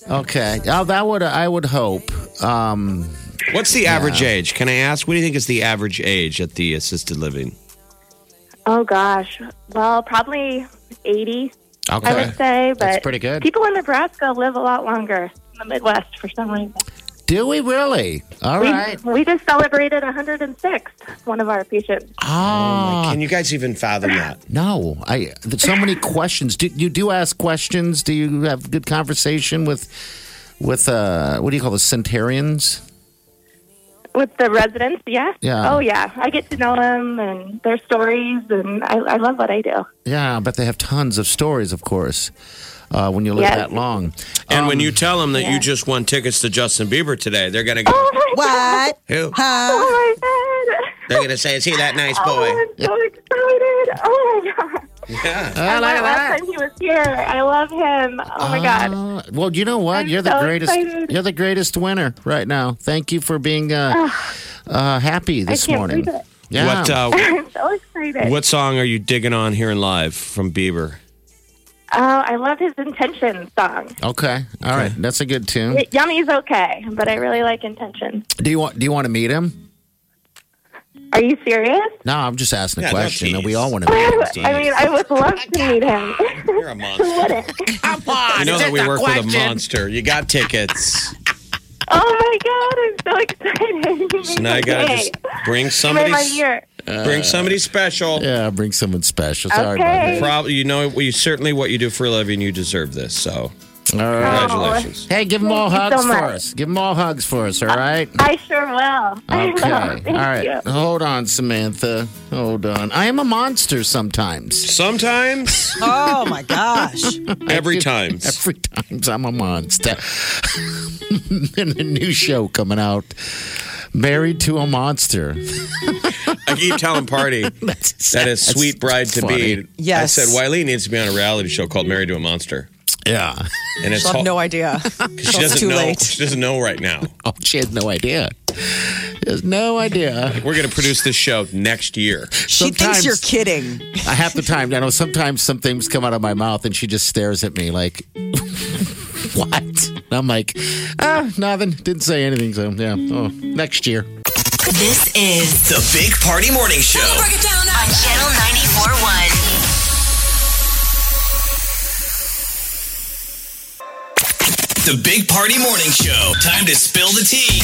E: Okay. Oh, that would I would hope. Um,
D: What's the average age? Can I ask? What do you think is the average age at the assisted living?
I: Oh gosh. Well, probably 80. I
E: Okay.
I: would say, but
E: That's pretty good.
I: People in Nebraska live a lot longer. In the Midwest, for some reason.
E: Do we really? All
I: we,
E: right.
I: we just celebrated 106. One of our patients.
E: Ah,
D: Oh, Can you guys even fathom that?
E: no. I there's so many questions. Do you do ask questions? Do you have good conversation with with uh what do you call the centurions?
I: With the residents, yeah?
E: Yeah.
I: Oh, yeah. I get to know them and their stories, and I, I love what I do.
E: Yeah, but they have tons of stories, of course. Uh, when you live
I: Yes.
E: that long.
D: And when you tell them that you just won tickets to Justin Bieber today, they're gonna go.
I: Oh, my God.
C: What?
D: Who?
C: Huh?
I: Oh, my God.
D: They're gonna say, "Is he that nice boy?"
I: Oh, I'm so excited. Oh, my God.
D: Yeah.
E: Ah,
I: I
E: look
I: went
E: at
I: last
E: that.
I: time he was here. I love him. Oh, my God.
E: Ah, well, you know what?
I: I'm
E: you're the
I: so
E: greatest.
I: excited.
E: You're the greatest winner right now. Thank you for being uh, uh, happy
I: Ah. I
E: this
I: can't
E: morning.
I: believe it.
E: Yeah.
D: What uh,
I: *laughs* I'm so excited.
D: What song are you digging on hearing live from Bieber?
I: Oh, I love his Intention song.
E: Okay. All right. That's a good tune.
I: It, Yummy's okay, but I really like Intention.
E: Do you want do you want to meet him?
I: Are you serious?
E: No, I'm just asking a
D: Yeah, no
E: question.
D: tease.
E: we all want to meet him.
I: *laughs* I mean, I would
D: *laughs*
I: love to meet him.
D: You're a
I: *laughs*
D: monster.
E: Come on.
J: Ah,
D: You know that we work with a
E: monster.
D: monster. You got tickets.
I: oh my god, I'm so excited!
D: So now I gotta just
I: *laughs*
D: bring somebody.
I: made my year.
D: Bring somebody special.
E: Yeah, bring someone special. Sorry
I: Okay.
D: Probably, you know, you certainly what you do for a living, you deserve this.
E: about
D: So,
E: that. All right.
D: congratulations.
E: Oh, Hey, give them all
I: Thank you
E: hugs
I: so
E: for
I: much.
E: us. Give them all hugs for us. All right.
I: I sure will. *laughs* I will.
E: Okay. All
I: Thank
E: right.
I: you.
E: Hold on, Samantha. Hold on. I am a monster sometimes.
D: Sometimes,
C: *laughs* Oh my gosh.
E: *laughs*
D: every time.
E: Every time I'm a monster. *laughs* and a new show coming out. Married to a monster. *laughs*
D: I keep telling Party
E: That's,
D: that is sweet bride to
E: funny.
D: be.
C: Yes.
D: I said Wiley needs to be on a reality show called Married to a Monster,
E: Yeah.
D: and it's
C: I have
D: all-
C: no
D: *laughs*
C: idea.
D: she doesn't
C: too
D: know.
C: late.
D: She doesn't know right now.
E: *laughs* Oh, she has no idea. She has no idea.
D: *laughs* We're gonna produce this show next year.
C: She thinks
E: Sometimes-
C: you're kidding.
E: *laughs* I half the time, I know sometimes some things come out of my mouth and she just stares at me like, *laughs* what? And I'm like, ah, nothing. Didn't say anything. So, yeah. Oh, next year.
B: This is
A: The Big Party Morning Show.
B: on Channel 94.1.
A: The Big Party Morning Show. Time to spill the tea.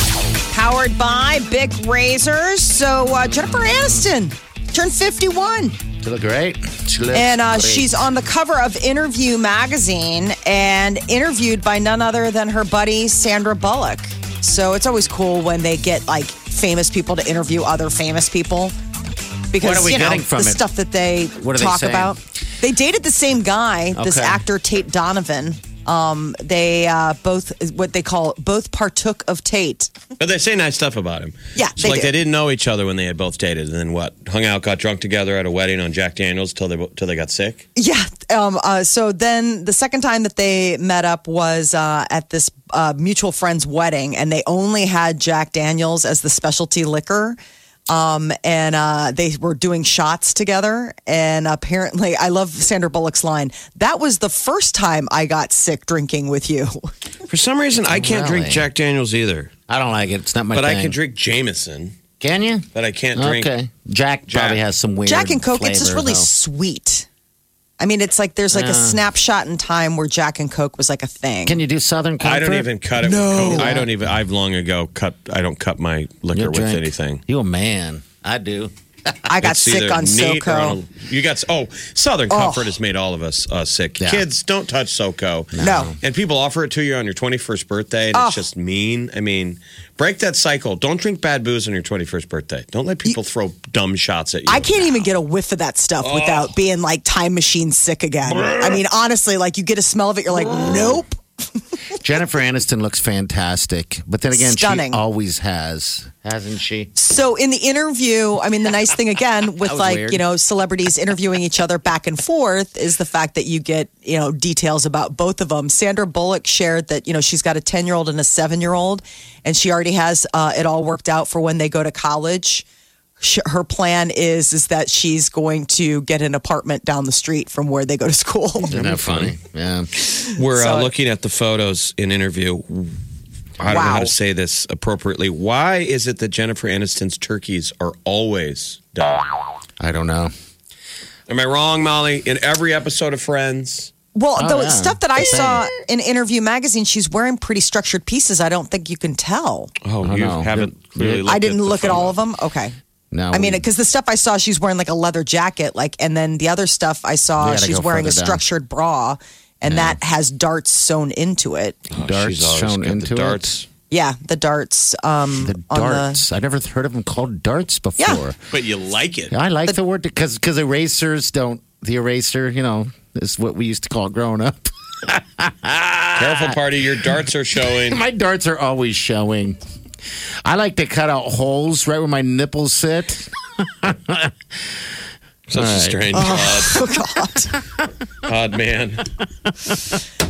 C: Powered by Bic Razors. So uh, Jennifer Aniston turned 51.
E: She looked great. She looks
C: And uh,
E: great.
C: she's on the cover of Interview magazine and interviewed by none other than her buddy Sandra Bullock. So it's always cool when they get like famous people to interview other famous people because
E: What are we
C: you know
E: getting from
C: the
E: it?
C: stuff that they
E: What are they
C: talk
E: saying?
C: about. They dated the same guy, this
E: Okay.
C: actor Tate Donovan. Um, they uh, both what they call both partook of Tate.
D: But they say nice stuff about him.
C: Yeah,
D: so
C: they
D: like
C: do.
D: they didn't know each other when they had both dated, and then what? Hung out, got drunk together at a wedding on Jack Daniels till they bo- till they got sick.
C: Yeah. Um, uh, so then the second time that they met up was uh, at this uh, mutual friend's wedding, and they only had Jack Daniels as the specialty liquor. Um, and uh, they were doing shots together. And apparently, I love Sandra Bullock's line that was the first time I got sick drinking with you.
D: For some reason, I can't drink
E: Really?
D: Jack Daniels either,
E: I don't like it. It's not my
D: but
E: thing.
D: I can drink Jameson.
E: Can you?
D: But I can't drink.
E: Okay. Jack,
D: Jack.
E: probably has some weird.
C: Jack and Coke, it's just
E: flavor,
C: really
E: though.
C: sweet. I mean, it's like there's like a snapshot in time where Jack and Coke was like a thing.
E: Can you do Southern Comfort?
D: I don't even cut it.
C: No.
D: With Coke. I don't even. I've long ago cut. I don't cut my liquor
E: You'll
D: with
E: drink.
D: anything.
E: You a man? I do.
C: I got
D: It's
C: sick
D: either
C: on
D: neat or
C: SoCo.
D: on a- you got s- oh Southern
C: Oh.
D: Comfort has made all of us uh, sick. Kids, don't touch SoCo.
C: No. Oh.
D: and people offer it to you on your twenty first birthday, and it's just mean. I mean, break that cycle. Don't drink bad booze on your twenty first birthday. Don't let people throw dumb shots at you.
C: I can't even get a whiff of that stuff
D: Oh.
C: without being like time machine sick again. I mean, honestly, like you get a smell of it, you're like, nope.
E: Jennifer Aniston looks fantastic, but then again,
C: Stunning.
E: she always has, hasn't she?
C: So in the interview, I mean, the nice thing again with
E: *laughs* That was
C: like
E: weird.
C: you know celebrities interviewing each other back and forth is the fact that you get you know details about both of them. Sandra Bullock shared that you know she's got a ten year old and a seven year old, and she already has uh, it all worked out for when they go to college. Sh her plan is is that she's going to get an apartment down the street from where they go to school.
E: *laughs* Isn't that funny? Yeah.
D: We're
C: So-
D: uh, looking at the photos in interview. I don't know how
C: Wow.
D: to say this appropriately. Why is it that Jennifer Aniston's turkeys are always done?
E: I don't know.
D: Am I wrong, Molly? In every episode of Friends,
C: Well,
D: Oh,
C: the
D: yeah.
C: stuff that I
D: Same.
C: saw in Interview Magazine, she's wearing pretty structured pieces. I don't think you can tell.
D: oh,
E: I
D: you
E: know.
D: haven't clearly. Looked
C: I didn't
D: at the
C: look at
D: photo.
C: all of them. Okay.
E: No,
C: I mean,
E: we-
C: because the stuff I saw, she's wearing like a leather jacket, like, and then the other stuff I saw,
E: We gotta
C: she's
E: go
C: wearing a
E: further down.
C: structured bra, and that has darts sewn into it.
E: darts
D: she's always
E: shown
D: got the
E: into
D: darts.
C: Yeah, the darts. Um, *laughs*
E: it. The *laughs*
C: on
E: darts. I've never heard of them called darts before.
D: But you like it.
E: I like the, word because because erasers don't the eraser you know is what we used to call it growing up. *laughs*
D: Careful, party. Your darts are
E: *laughs*
D: showing.
E: my darts are always showing. I like to cut out holes right where my nipples sit. *laughs*
D: Such a
E: All right.
D: strange
C: Oh God!
D: odd, odd man.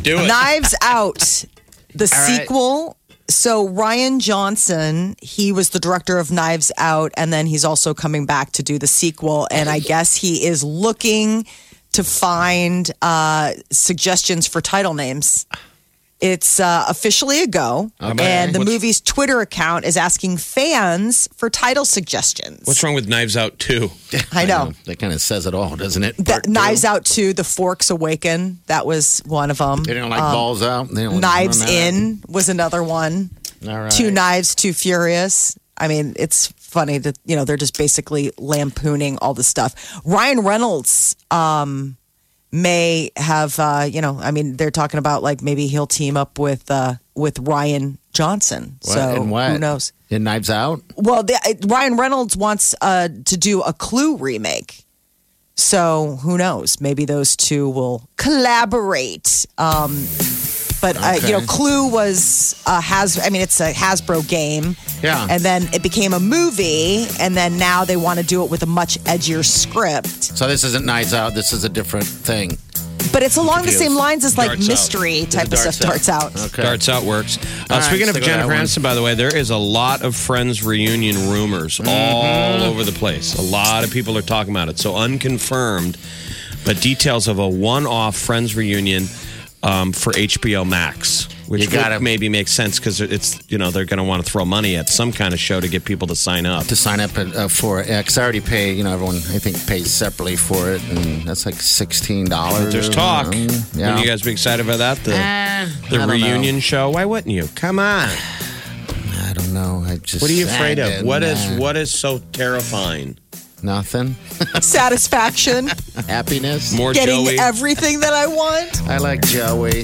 D: Do it. *laughs*
C: Knives Out, the
E: All right.
C: sequel. So Ryan Johnson, he was the director of Knives Out, and then he's also coming back to do the sequel. And I guess he is looking to find uh, suggestions for title names. It's uh, officially a go,
D: Okay.
C: and the
D: What's-
C: movie's Twitter account is asking fans for title suggestions.
D: What's wrong with Knives Out too?
C: *laughs* I know.
E: That kind of says it all, doesn't it?
C: That Knives Out 2, The Forks Awaken, that was one of them.
E: They don't like balls out. They don't
C: Knives
E: no, no.
C: In was another one.
E: All right.
C: Two Knives, Too Furious. I mean, it's funny that, you know, they're just basically lampooning all the stuff. Ryan Reynolds um, may have, uh, you know, I mean, they're talking about like maybe he'll team up with uh, with Ryan Johnson.
E: What?
C: So
E: And what?
C: who knows?
E: In Knives Out.
C: Well, the, uh, Ryan Reynolds wants uh, to do a Clue remake. So who knows? Maybe those two will collaborate. Um, but uh, you know,
E: Okay.
C: Clue was a has. I mean, it's a Hasbro game.
E: Yeah.
C: And then it became a movie, and then now they want to do it with a much edgier script.
E: So this isn't Knives Out. This is a different thing.
C: But it's along the same lines as like
D: Darts out.
C: mystery type of stuff. Darts out.
E: Okay.
D: Darts out works. Uh,
E: All right,
D: speaking of
E: stick with that
D: Jennifer
E: one.
D: Aniston, by the way, there is a lot of Friends reunion rumors
E: Mm-hmm.
D: all over the place. A lot of people are talking about it. So unconfirmed, but details of a one-off Friends reunion um, for HBO Max, which
E: You gotta-
D: would maybe makes sense because it's you know they're going to want to throw money at some kind of show to get people to sign up.
E: To sign up at, uh, for it, because I already pay. You know, everyone I think pays separately for it, and that's like sixteen dollars. Mm-hmm.
D: There's talk.
E: Yeah.
D: Wouldn't you guys be excited about that? The,
E: Eh, I
D: the
E: don't know.
D: reunion show. Why wouldn't you? Come on.
E: I don't know. I just.
D: What are you afraid
E: I
D: of?
E: didn't,
D: What is
E: uh,
D: what is so terrifying?
E: Nothing. *laughs*
C: Satisfaction,
E: Happiness.
D: More
C: getting e-
D: Joey.
C: everything that I want.
E: I like Joey.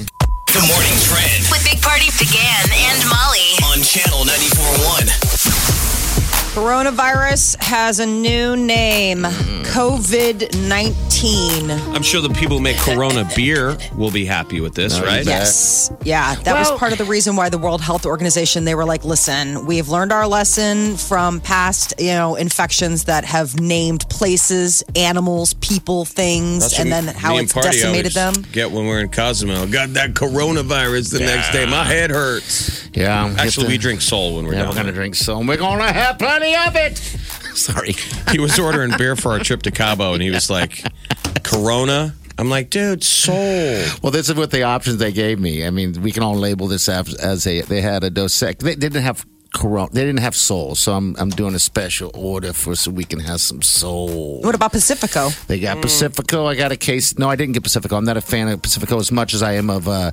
A: The morning trend
B: With Big Party began and Molly.
A: on channel 94.1.
C: Coronavirus has a new name
D: Hmm.
C: COVID 19.
D: I'm sure the people
E: *laughs*
D: who make Corona beer will be happy with this, right?
C: Yes. Yeah. That was part of the reason why the World Health Organization, they were like, listen, we have learned our lesson from past, you know, infections that have named places, animals, people, things,
D: That's
C: and
D: what
C: then how
D: me and
C: it's
D: Party
C: decimated them.
D: always Get when we're in Cozumel. Got that coronavirus the next day. My head hurts.
E: Yeah. we have
D: Actually,
E: to-
D: we drink Sol when we're
E: Yeah,
D: down
E: we're gonna
D: there.
E: drink some. We're gonna have plenty of it.
D: *laughs*
E: Sorry.
D: He was ordering beer for our trip to Cabo, and he was like, "Corona." I'm like, dude, Sol.
E: *laughs* Well, this is what the options they gave me. I mean, we can all label this as, as a they had a Dos Equis. They didn't have Corona. They didn't have soul. So I'm I'm doing a special order for so we can have some soul.
C: What
D: *laughs*
C: about Pacifico?
E: They
D: Hmm.
E: got Pacifico. I got a case. No, I didn't get Pacifico. I'm not a fan of Pacifico as much as I am of uh,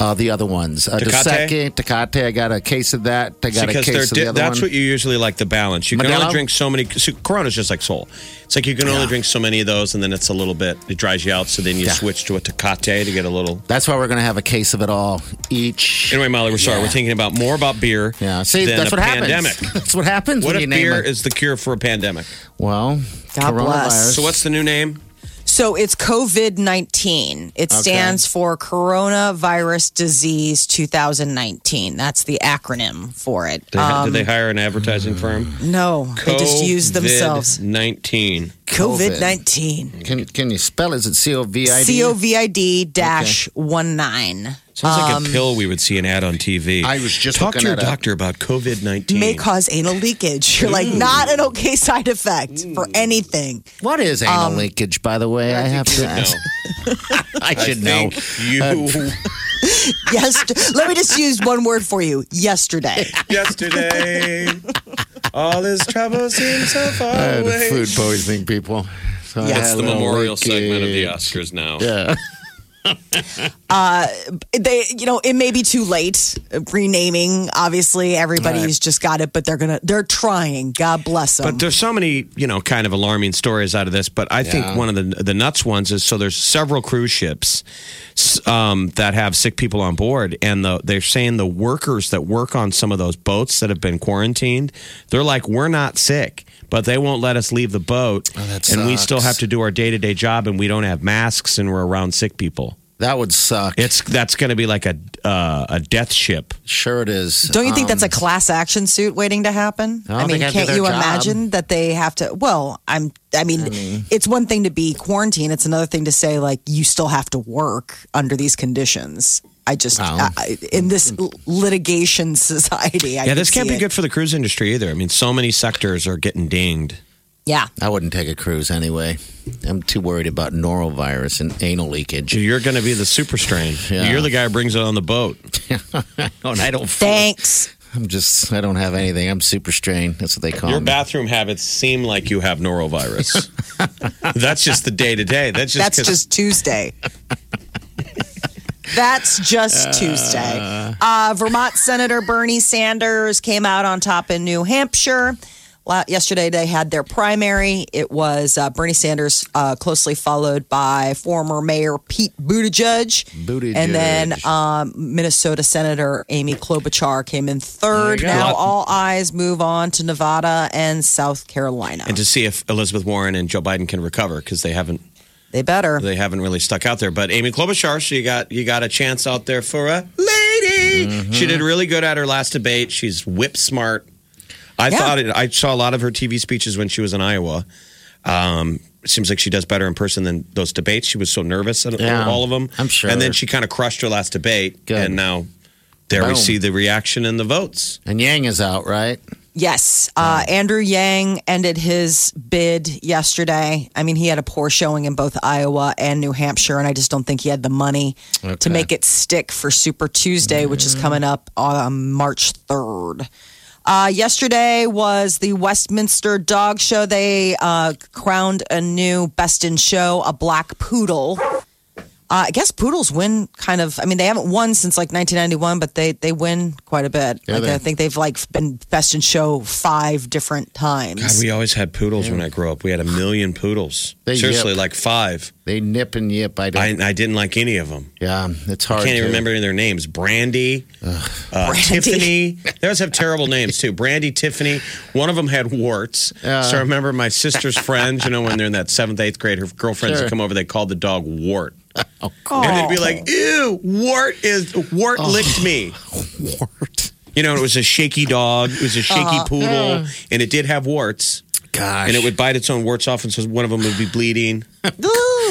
E: uh, the other ones. Uh,
D: Tecate?
E: Tecate, Tecate. I got a case of that. I got a
D: because they're
E: case of
D: di-
E: the other
D: that's
E: one.
D: what you usually like the balance. You can
E: Modelo?
D: only drink so many. So Corona's just like Sol. It's like you can only drink so many of those, and then it's a little bit. It dries you out, so then you
E: Yeah.
D: switch to a Tecate to get a little.
E: that's why we're going to have a case of it all each.
D: Anyway, Molly, we're sorry.
E: Yeah.
D: We're thinking about more about beer. Yeah,
E: See,
D: than
E: that's
D: a
E: what happens.
D: pandemic.
E: That's what happens
D: What
E: when
D: if
E: you name
D: beer
E: it.
D: is the cure for a pandemic?
E: Well,
C: God bless.
D: So what's the new name?
C: So it's COVID 19. It
D: Okay.
C: stands for Coronavirus Disease 2019. That's the acronym for it.
D: They, ha- did
C: Um,
D: they hire an advertising firm?
C: no, they just use themselves.
D: Nineteen.
C: COVID 19.
E: Can can you spell? it? Is it C O V I D?
C: C O V I D dash 19.
D: Sounds
C: Um,
D: like a pill we would see an ad on TV. I was just talk to
E: looking
D: your
E: that up.
D: doctor about COVID nineteen.
C: May cause anal leakage. You're like, not an okay side effect for anything.
E: What is anal
C: Um,
E: leakage? By the way, I, have to. ask. *laughs* I
D: *laughs*
E: should know.
D: You
E: *laughs*
C: *laughs* Yes. Let me just use one word for you yesterday.
E: *laughs*
D: yesterday. All his troubles seem so
E: *laughs*
D: far
E: I had
D: away.
E: Oh, food poisoning, people. So I
D: That's
E: had
D: the
E: anal
D: memorial segment of the
E: leakage.
D: Oscars now.
E: Yeah. *laughs*
C: uh, they, you know, it may be too late renaming. Obviously, everybody's
D: Right.
C: just got it, but they're gonna, they're trying. God bless them.
D: But there's so many, you know, kind of alarming stories out of this. But I think
E: Yeah.
D: one of the the nuts ones is so there's several cruise ships s- um, that have sick people on board, and the, they're saying the workers that work on some of those boats that have been quarantined, they're like, we're not sick, but they won't let us leave the boat, and
E: Oh, that
D: we
E: sucks.
D: still have to do our day to day job, and we don't have masks, and we're around sick people.
E: That would suck.
D: It's that's going to be like a uh, a death ship.
E: Sure, it is.
C: don't you think
E: Um,
C: that's a class action suit waiting to happen?
E: I don't
C: mean,
E: think I do
C: can't
E: their
C: you
E: job.
C: imagine that they have to? Well, I'm. I mean, it's one thing to be quarantined. It's another thing to say like you still have to work under these conditions. I just I, I- in this l- litigation society. I
D: yeah, this
C: can
D: can't
C: see
D: be
C: it.
D: good for the cruise industry either. I mean, so many sectors are getting dinged.
C: Yeah.
E: I wouldn't take a cruise anyway. I'm too worried about norovirus and anal leakage.
D: You're going to be the super strain.
E: Yeah. Oh,
D: You're the guy who brings it on
E: *laughs*
D: the boat.
E: and I don't.
C: Thanks.
E: I'm just. I don't have anything. I'm super strained. That's what they call
D: Your
E: me.
D: bathroom habits seem like you have
E: *laughs*
D: norovirus. That's just the day to day. That's just
C: That's
D: 'cause-
C: just Tuesday. That's
E: Uh,
C: just Tuesday. Uh, Vermont Senator Bernie Sanders came out on top in New Hampshire. La- Yesterday, they had their primary. It was uh, Bernie Sanders, uh, closely followed by former Mayor Pete Buttigieg.
E: Buttigieg.
C: And then um, Minnesota Senator Amy Klobuchar came in third.
E: There you go.
C: Now, all eyes move on to Nevada and South Carolina.
D: and to see if Elizabeth Warren and Joe Biden can recover because they haven't
C: They better.
D: they haven't really stuck out there. But Amy Klobuchar, she got you got a chance out there for a lady.
E: Mm-hmm.
D: She did really good at her last debate. She's whip smart. I
C: Yeah.
D: thought it, I saw a lot of her TV speeches when she was in Iowa. Um, seems like she does better in person than those debates. She was so nervous at
E: Yeah,
D: all of them.
E: I'm sure.
D: And then she kind of crushed her last debate.
E: Good.
D: And now there we
E: Boom.
D: see the reaction and the votes.
E: and Yang is out, right?
C: Yes. Uh, Andrew Yang ended his bid yesterday. I mean, he had a poor showing in both Iowa and New Hampshire, and I just don't think he had the money to
E: Okay.
C: make it stick for Super Tuesday, which is coming up on um, March 3rd. Uh, yesterday was the Westminster Dog Show. They uh, crowned a new best in show, a black poodle. Uh, I guess poodles win kind of. I mean, they haven't won since like 1991, but they they win quite a bit.
E: Yeah,
C: like
E: they-
C: I think they've like been best in show five different times.
D: God, we always had poodles when I grew up. We had a million poodles.
E: They
D: Seriously,
E: yip.
D: like five.
E: They nip and yip. I don't.
D: I, I didn't like any of them.
E: yeah, it's hard.
D: I can't even
E: to-
D: remember any of their names. Brandy,
E: *laughs*
D: uh, Tiffany. They always have terrible names too. Brandy, Tiffany. One of them had warts. so I remember my sister's friends. You know, when they're in that seventh, eighth grade, her girlfriends
E: Sure.
D: would come over. They called the dog Wart,
C: Oh,
D: and they'd be like, "Ew, Wart is Wart licked me."
E: Wart.
D: You know, and it was a shaky dog. It was a shaky poodle, and it did have warts.
E: Gosh.
D: And it would bite its own warts off, and so one of them would be *laughs* bleeding. And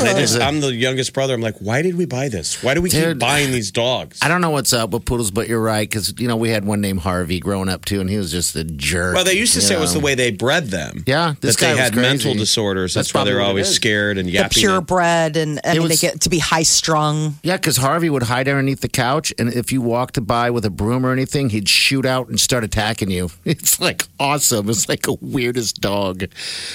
D: I just, I'm the youngest brother. I'm like, why did we buy this? Why do we keep
E: Dude.
D: buying these dogs?
E: I don't know what's up with poodles, but you're right because you know we had one named Harvey growing up too, and he was just a jerk.
D: Well, they used to
E: you
D: say it was the
E: know.
D: way they bred them.
E: Yeah, this
D: that they
E: guy was
D: had mental
E: crazy.
D: disorders. That's,
E: That's
D: why they're
E: probably what it
D: always
E: is.
D: scared and
C: the
D: yapping.
C: purebred, and I
E: It
C: mean, they
E: was-
C: get to be high strung.
E: Yeah, because Harvey would hide underneath the couch, and if you walked by with a broom or anything, he'd shoot out and start attacking you. *laughs* It's like awesome. It's like a weirdest dog.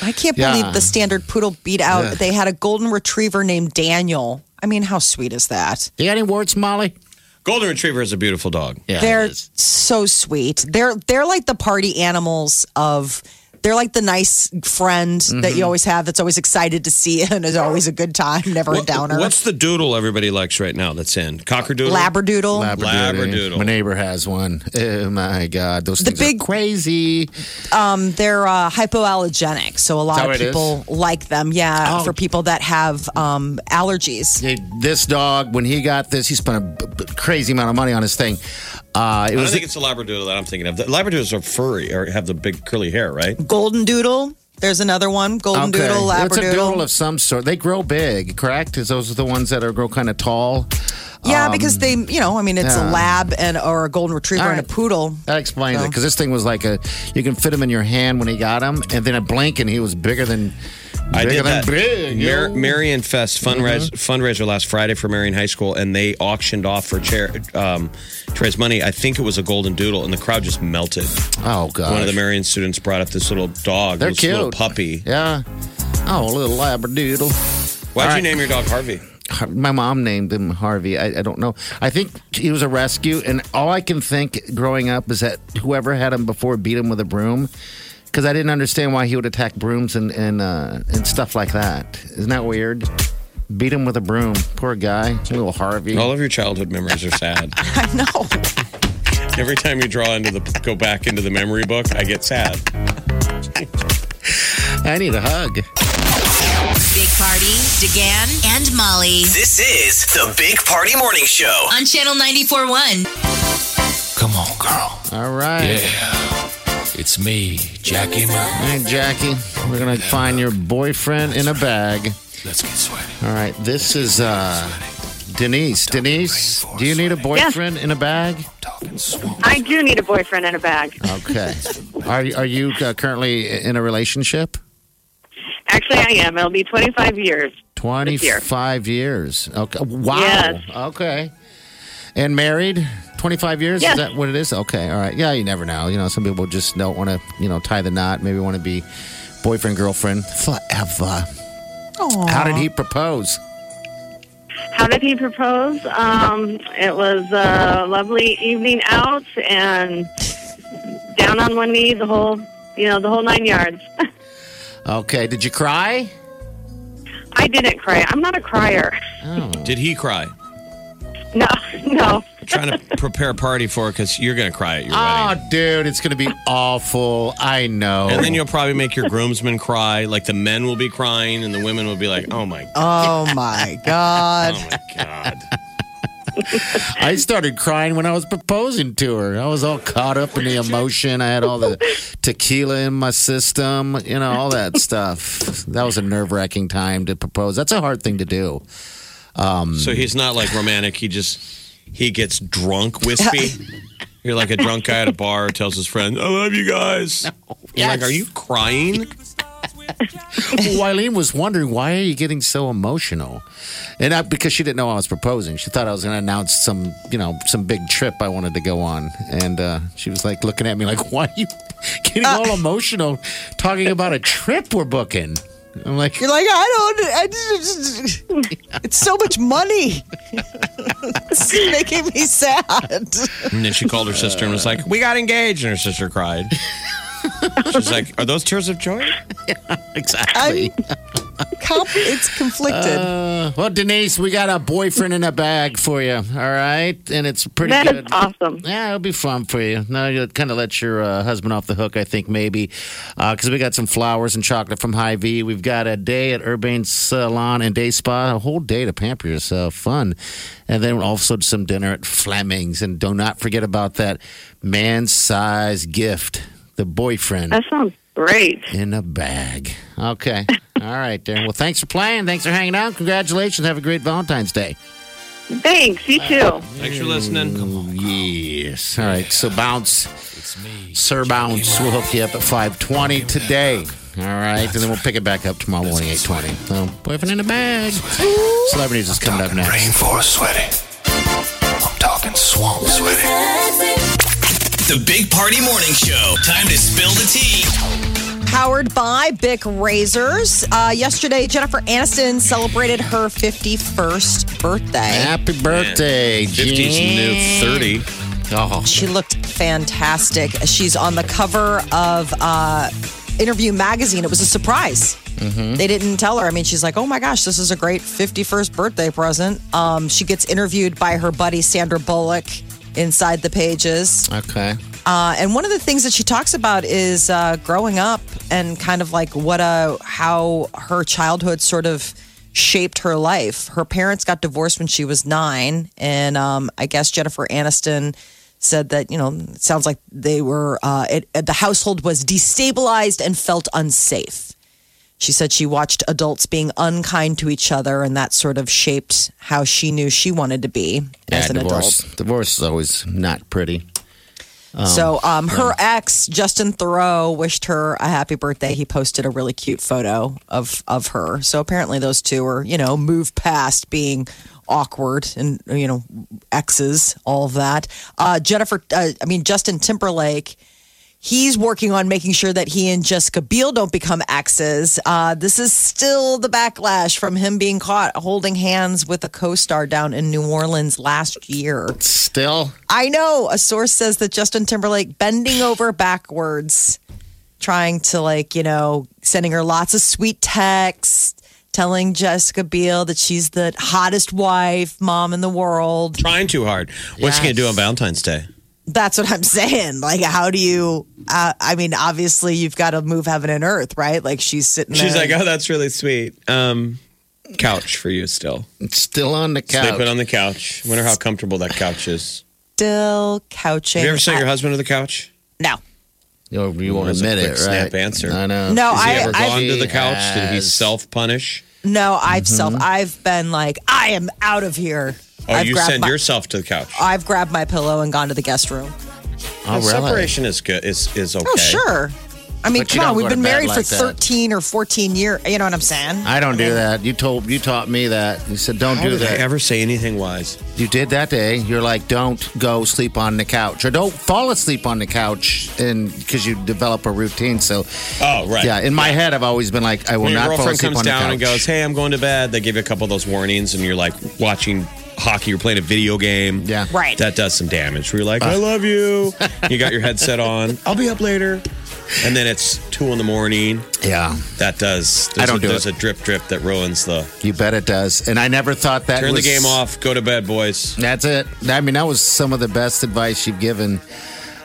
C: I can't
E: Yeah.
C: believe the standard poodle beat out.
E: Ugh.
C: They had a golden retriever named Daniel. I mean, how sweet is that?
E: You got any warts, Molly?
D: Golden Retriever is a beautiful dog.
C: they're so sweet. They're they're like the party animals of. They're like the nice friend
E: Mm-hmm.
C: that you
D: Mhm.
C: always have that's always excited to see *laughs* you and is always a good time, never a downer.
D: What's the doodle everybody likes right now that's in? Cockerdoodle?
C: Labradoodle.
D: Labradoodle.
E: My neighbor has one. Oh my god, those
C: the
E: things are
C: big
E: crazy.
C: Um, they're uh, hypoallergenic, so a
E: that
C: lot
E: what
C: of
E: it is?
C: people like them. Yeah,
E: Oh.
C: for people that have um, allergies.
E: Hey, this dog, when he got this, he spent a b- b- crazy amount of money on his thing. Uh, it
D: I don't
E: was
D: think it's a Labradoodle that I'm thinking of. The Labradoodles are furry or have the big curly hair, right?
C: Golden doodle. There's another one. Golden
E: Okay.
C: doodle,
E: It's a doodle
C: labradoodle.
E: of some sort. They grow big, correct? Is those are the ones that are grow kind of tall?
C: yeah,
E: Um,
C: because they, you know, I mean, it's
E: yeah.
C: a lab and or a golden retriever and a poodle.
E: That explains it. Because this thing was like a, you can fit him in your hand when he got him, and then a blink, and he was bigger than.
D: I
E: bigger than
D: did that
E: Big, yo. Mm-hmm.
D: Mar- Marion Fest fundraiser, fundraiser last Friday for Marion High School, and they auctioned off for chair, um, to raise money. I think it was a golden doodle, and the crowd just melted.
E: Oh god!
D: One of the Marion students brought up this little dog,
E: They're
D: this little
E: cute.
D: puppy.
E: Yeah. Oh, a little labradoodle.
D: Why'd
E: All right.
D: you name your dog Harvey?
E: Har- My mom named him Harvey. I, I don't know. I think he was a rescue, and all I can think growing up is that whoever had him before beat him with a broom, because I didn't understand why he would attack brooms and and uh, and stuff like that. Isn't that weird? Beat him with a broom. Poor guy, little Harvey.
D: All of your childhood memories are
E: *laughs*
D: sad.
C: I know.
D: *laughs* Every time you draw into the go back into the memory book, I get sad.
E: I need a hug.
B: Big Party, DeGan, and Molly.
A: This is the Big Party Morning Show.
B: On Channel 94.1.
K: Come on, girl.
E: All right.
K: Yeah. It's me, Jackie Moon.
E: All right, Jackie, we're gonna find your boyfriend in a bag.
K: Let's get sweaty.
E: All right, this is uh, Denise. Denise, do you need a boyfriend in a bag?
L: I do need a boyfriend and a bag.
K: *laughs*
E: Okay. Are are you uh, currently in a relationship?
L: Actually, I am. It'll be 25 years.
E: Twenty five years. Okay. Wow.
L: Yes.
E: Okay. And married? Twenty five years?
L: Yes.
E: Is that what it is? Okay. All right. Yeah. You never know. You know, some people just don't want to. You know, tie the knot. Maybe want to be boyfriend girlfriend forever.
C: Aw.
E: How did he propose?
L: How did he propose? Um, it was a lovely evening out and down on one knee, the whole, you know, the whole nine yards.
E: Okay. Did you cry?
L: I didn't cry. I'm not a crier. *laughs*
D: Did he cry?
L: No, no.
D: Trying to prepare a party for it because you're going to cry at your wedding.
E: Oh, dude, it's gonna be awful. I know.
D: And then you'll probably make your groomsmen cry. Like the men will be crying, and the women will be like, "Oh my
E: *laughs*
C: Oh my god!
D: oh my god!"
E: I started crying when I was proposing to her. I was all caught up in the emotion. I had all the tequila in my system, you know, all that stuff. That was a nerve wracking time to propose. That's a hard thing to do. Um,
D: So he's not like romantic. He just he gets drunk,
E: *laughs*
D: wispy. You're like a drunk guy at a bar who tells his friend, "I love you guys." You're like,
E: Yes.
D: "Are you crying?"
E: *laughs* Wileen was wondering why are you getting so emotional, and I, because she didn't know I was proposing, she thought I was going to announce some, you know, some big trip I wanted to go on, and uh, she was like looking at me like, *laughs* "Why are you getting all emotional talking about a trip we're booking?" I'm like,
C: You're like I don't. I, *laughs* it's so much money. *laughs* this is making me sad.
D: And then she called her sister and was like, "We got engaged," and her sister cried. She's like, "Are those tears
E: *laughs*
D: of joy?"
E: exactly.
C: Com- it's conflicted.
E: Uh, well, Denise, we got a boyfriend in a bag for you. All right, and it's pretty
L: That is
E: good.
L: awesome.
E: Yeah, it'll be fun for you. Now you'll kind of let your uh, husband off the hook, I think, maybe, because we got some flowers and chocolate from High V. We've got a day at Urbane Salon and Day Spa, a whole day to pamper yourself, fun, and then also some dinner at Fleming's. And do not forget about that man-sized gift, the boyfriend
L: That sounds great.
E: in a bag. Okay. *laughs* All right, Darren. Well, thanks for playing. Thanks for hanging out. Congratulations. Have a great Valentine's Day.
L: Thanks. You too.
D: Thanks for listening.
E: Yes. All right. So bounce. Sir Bounce. We'll hook you up at 520 today. All right. And then we'll pick it back up tomorrow morning, 820. So, boyfriend in a bag. Celebrities is coming up next.
K: Rainforest sweaty. I'm talking swamp sweaty.
A: The Big Party Morning Show. Time to spill the tea.
C: powered by Bic Razors. Uh, yesterday, Jennifer Aniston celebrated her 51st birthday.
E: Happy birthday,
D: 50's new 30.
E: Oh.
C: She looked fantastic. She's on the cover of uh, Interview Magazine. It was a surprise. They didn't tell her. I mean, she's like, oh my gosh, this is a great 51st birthday present. Um, she gets interviewed by her buddy Sandra Bullock inside the pages.
E: Okay.
C: Uh, and one of the things that she talks about is uh, growing up and kind of like what a how her childhood sort of shaped her life. Her parents got divorced when she was nine, and um, I guess Jennifer Aniston said that you know it sounds like they were uh, it, it- the household was destabilized and felt unsafe. She said she watched adults being unkind to each other, and that sort of shaped how she knew she wanted to be as an adult.
E: divorce. Divorce is always not pretty. Um,
C: so um,
E: no.
C: her ex, Justin Thoreau, wished her a happy birthday. He posted a really cute photo of of her. So apparently those two are, you know, moved past being awkward and you know exes, all of that. Uh, Jennifer, uh, I mean Justin Timberlake. He's working on making sure that he and Jessica Biel don't become exes. Uh, this is still the backlash from him being caught holding hands with a co star down in New Orleans last year.
E: still
C: I know a source says that Justin Timberlake bending over backwards, trying to like you know sending her lots of sweet texts, telling Jessica Biel that she's the hottest wife, mom in the world.
D: Trying too hard. What's she going to do on Valentine's Day?
C: That's what I'm *laughs* saying. Like, how do you? Uh, I mean, obviously you've got to move heaven and earth, right? Like she's sitting.
D: She's
C: there.
D: like, oh, that's really sweet. Um, couch for you still.
E: It's still on the couch.
D: Sleeping on the couch. Wonder how comfortable that couch is.
C: still couching.
D: Have you ever sent your
C: I-
D: husband to the couch?
C: No.
E: You, you won't
D: That's a
E: admit
D: quick
E: it, right?
D: snap answer.
E: I know.
C: No,
D: Has he
C: I-
D: ever
C: I-
D: gone to the
E: He
D: couch? Did he
E: has.
D: self punish?
C: No, I've
E: Mm-hmm.
C: self. I've been like, I am out of here.
D: Oh,
C: I've
D: you
C: grabbed
D: send
C: my-
D: yourself to the couch.
C: I've grabbed my pillow and gone to the guest room.
D: The
E: Oh, really?
D: Separation is good. Is is okay.
C: Oh, sure. I mean,
E: But you
C: come on,
E: don't
C: we've
E: go to
C: been
E: bed
C: married for
E: like that.
C: 13 or 14 years. You know what I'm saying?
E: I don't do that. You told you taught me that. You said don't
D: How
E: do
D: did I
E: that.
D: ever say anything wise?
E: you did that day. You're like, don't go sleep on the couch, or don't fall asleep on the couch, and because you develop a routine. So,
D: Oh, right.
E: yeah. In my head, I've always been like, I will
D: When your
E: not fall
D: girlfriend
E: asleep
D: comes
E: on the
D: down
E: couch.
D: and goes, "Hey, I'm going to bed," they give you a couple of those warnings, and you're like watching hockey or playing a video game.
E: Yeah,
C: Right.
D: That does some damage. Where you're like, "I love you," you got your headset on. I'll be up later, and then it's two in the morning.
E: yeah.
D: That does.
E: I don't
D: a,
E: do
D: There's
E: it.
D: a drip drip that ruins the.
E: You bet it does. And I never thought that
D: Turn
E: was-
D: the game off. Go to bed, boys.
E: That's it. I mean, that was some of the best advice you've given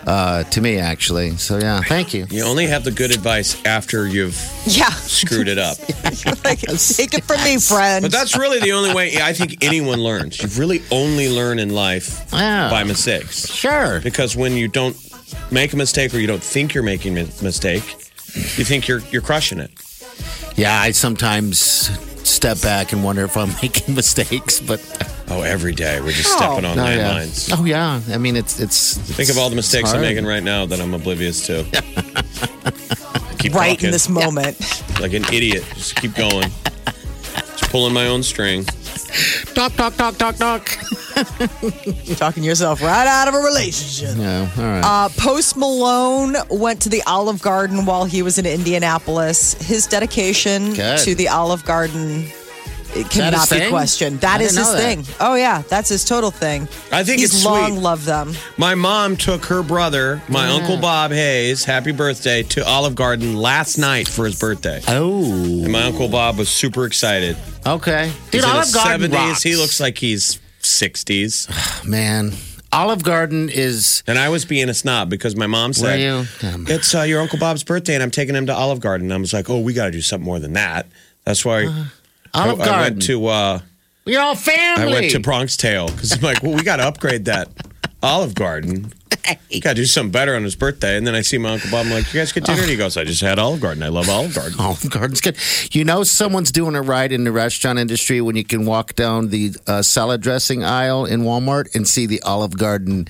E: uh, to me, actually. So yeah, thank you.
D: You only have the good advice after you've
C: *laughs* Yeah.
D: screwed
E: *laughs*
D: it up.
C: like, take it from me, friend.
D: But that's really the only way I think anyone learns. You really only learn in life
E: Yeah.
D: by mistakes.
E: Sure.
D: Because when you don't make a mistake or you don't think you're making a mistake, you think you're you're crushing it.
E: Yeah, I sometimes step back and wonder if I'm *laughs* making mistakes, but
D: Oh, every day we're just stepping on
E: oh, yeah.
D: landmines.
E: oh yeah. I mean, it's it's.
D: Think of all the
E: it's
D: mistakes I'm
E: hard.
D: making right now that I'm oblivious
C: *laughs*
D: to. keep
C: right
D: talking
C: in this moment.
D: like an idiot. Just keep going. Just pulling my own string.
E: Talk, talk, talk, talk, talk.
C: You're talking yourself right out of a relationship.
E: Yeah. All right.
C: Uh, Post Malone went to the Olive Garden while he was in Indianapolis. His dedication
E: Good.
C: to the Olive Garden it
E: that
C: cannot
E: his
C: be
E: thing?
C: questioned.
E: I
C: That is
E: didn't
C: his
E: know that.
C: thing. Oh yeah, that's his total thing.
D: I think
C: he's
D: it's
C: long
D: sweet.
C: loved them.
D: My mom took her brother, my uncle Bob Hayes, happy birthday, to Olive Garden last night for his birthday.
E: oh.
D: And my uncle Bob was super excited.
E: Okay. Dude,
D: he's in
E: Olive
D: his
E: Garden
D: 70s.
E: rocks.
D: He looks like he's
E: *sighs*
D: 60s.
E: man. Olive Garden is.
D: And I was being a snob because my mom said,
E: Were you? Damn.
D: It's uh, your Uncle Bob's birthday, and I'm taking him to Olive Garden. And I was like, Oh, we got to do something more than that. That's why I,
E: Uh, Olive
D: I
E: Garden.
D: went to uh,
E: We're all family.
D: I went to Bronx Tale because I'm like, Well, we got to upgrade that
E: *laughs*
D: Olive Garden. Got to do something better on his birthday. And then I see my Uncle Bob. I'm like, You guys get dinner? And he goes, I just had Olive Garden. I love Olive
E: *laughs*
D: Garden.
E: Olive Garden's good. You know, someone's doing it right in the restaurant industry when you can walk down the uh, salad dressing aisle in Walmart and see the Olive Garden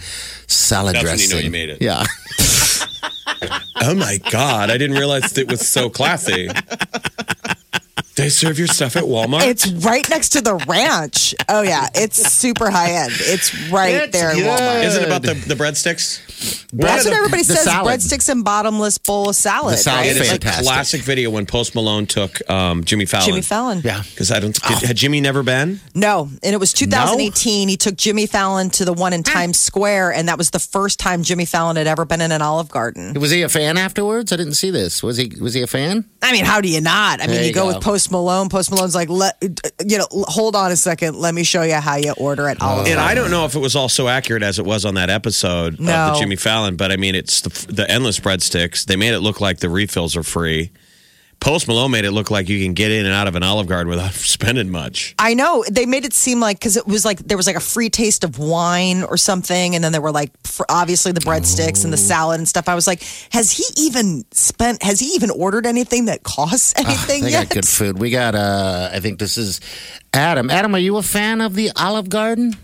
E: salad
D: That's when you
E: dressing.
D: know you made it.
E: Yeah. *laughs*
D: Oh my God. I didn't realize it was
E: *laughs*
D: so classy. They serve your stuff at Walmart?
C: It's right next to the ranch. Oh yeah, it's super high end. It's right
E: It's
C: there in
E: good.
C: Walmart.
D: Is it about the, the breadsticks?
C: That's what everybody
D: the
C: says:
D: salad.
C: breadsticks and bottomless bowl of salad. right?
D: It is a
C: Like,
D: classic video when Post Malone took um, Jimmy Fallon.
C: Jimmy Fallon.
D: Yeah. Oh. Because I don't. Did, had Jimmy never been?
C: No, and it was 2018. He took Jimmy Fallon to the one in Times Square, and that was the first time Jimmy Fallon had ever been in an Olive Garden.
E: Was he a fan afterwards? I didn't see this. Was he was he a fan?
C: I mean, how do you not? I mean,
E: There
C: you,
E: you
C: go,
E: go.
C: with Post Malone. Post Malone's like, let you know, hold on a second. Let me show you how you order at Olive.
D: Oh. and I
C: Garden.
D: don't know if it was all so accurate as it was on that episode of
C: No.
D: the Jimmy Fallon, but I mean, it's the, the endless breadsticks. They made it look like the refills are free. Post Malone made it look like you can get in and out of an Olive Garden without *laughs* spending much.
C: I know they made it seem like because it was like there was like a free taste of wine or something, and then there were like fr- obviously the breadsticks and the salad and stuff. I was like, has he even spent? Has he even ordered anything that costs anything
E: Ah, they
C: yet?
E: got good food. We got. Uh, I think this is Adam. Adam, are you a fan of the Olive Garden?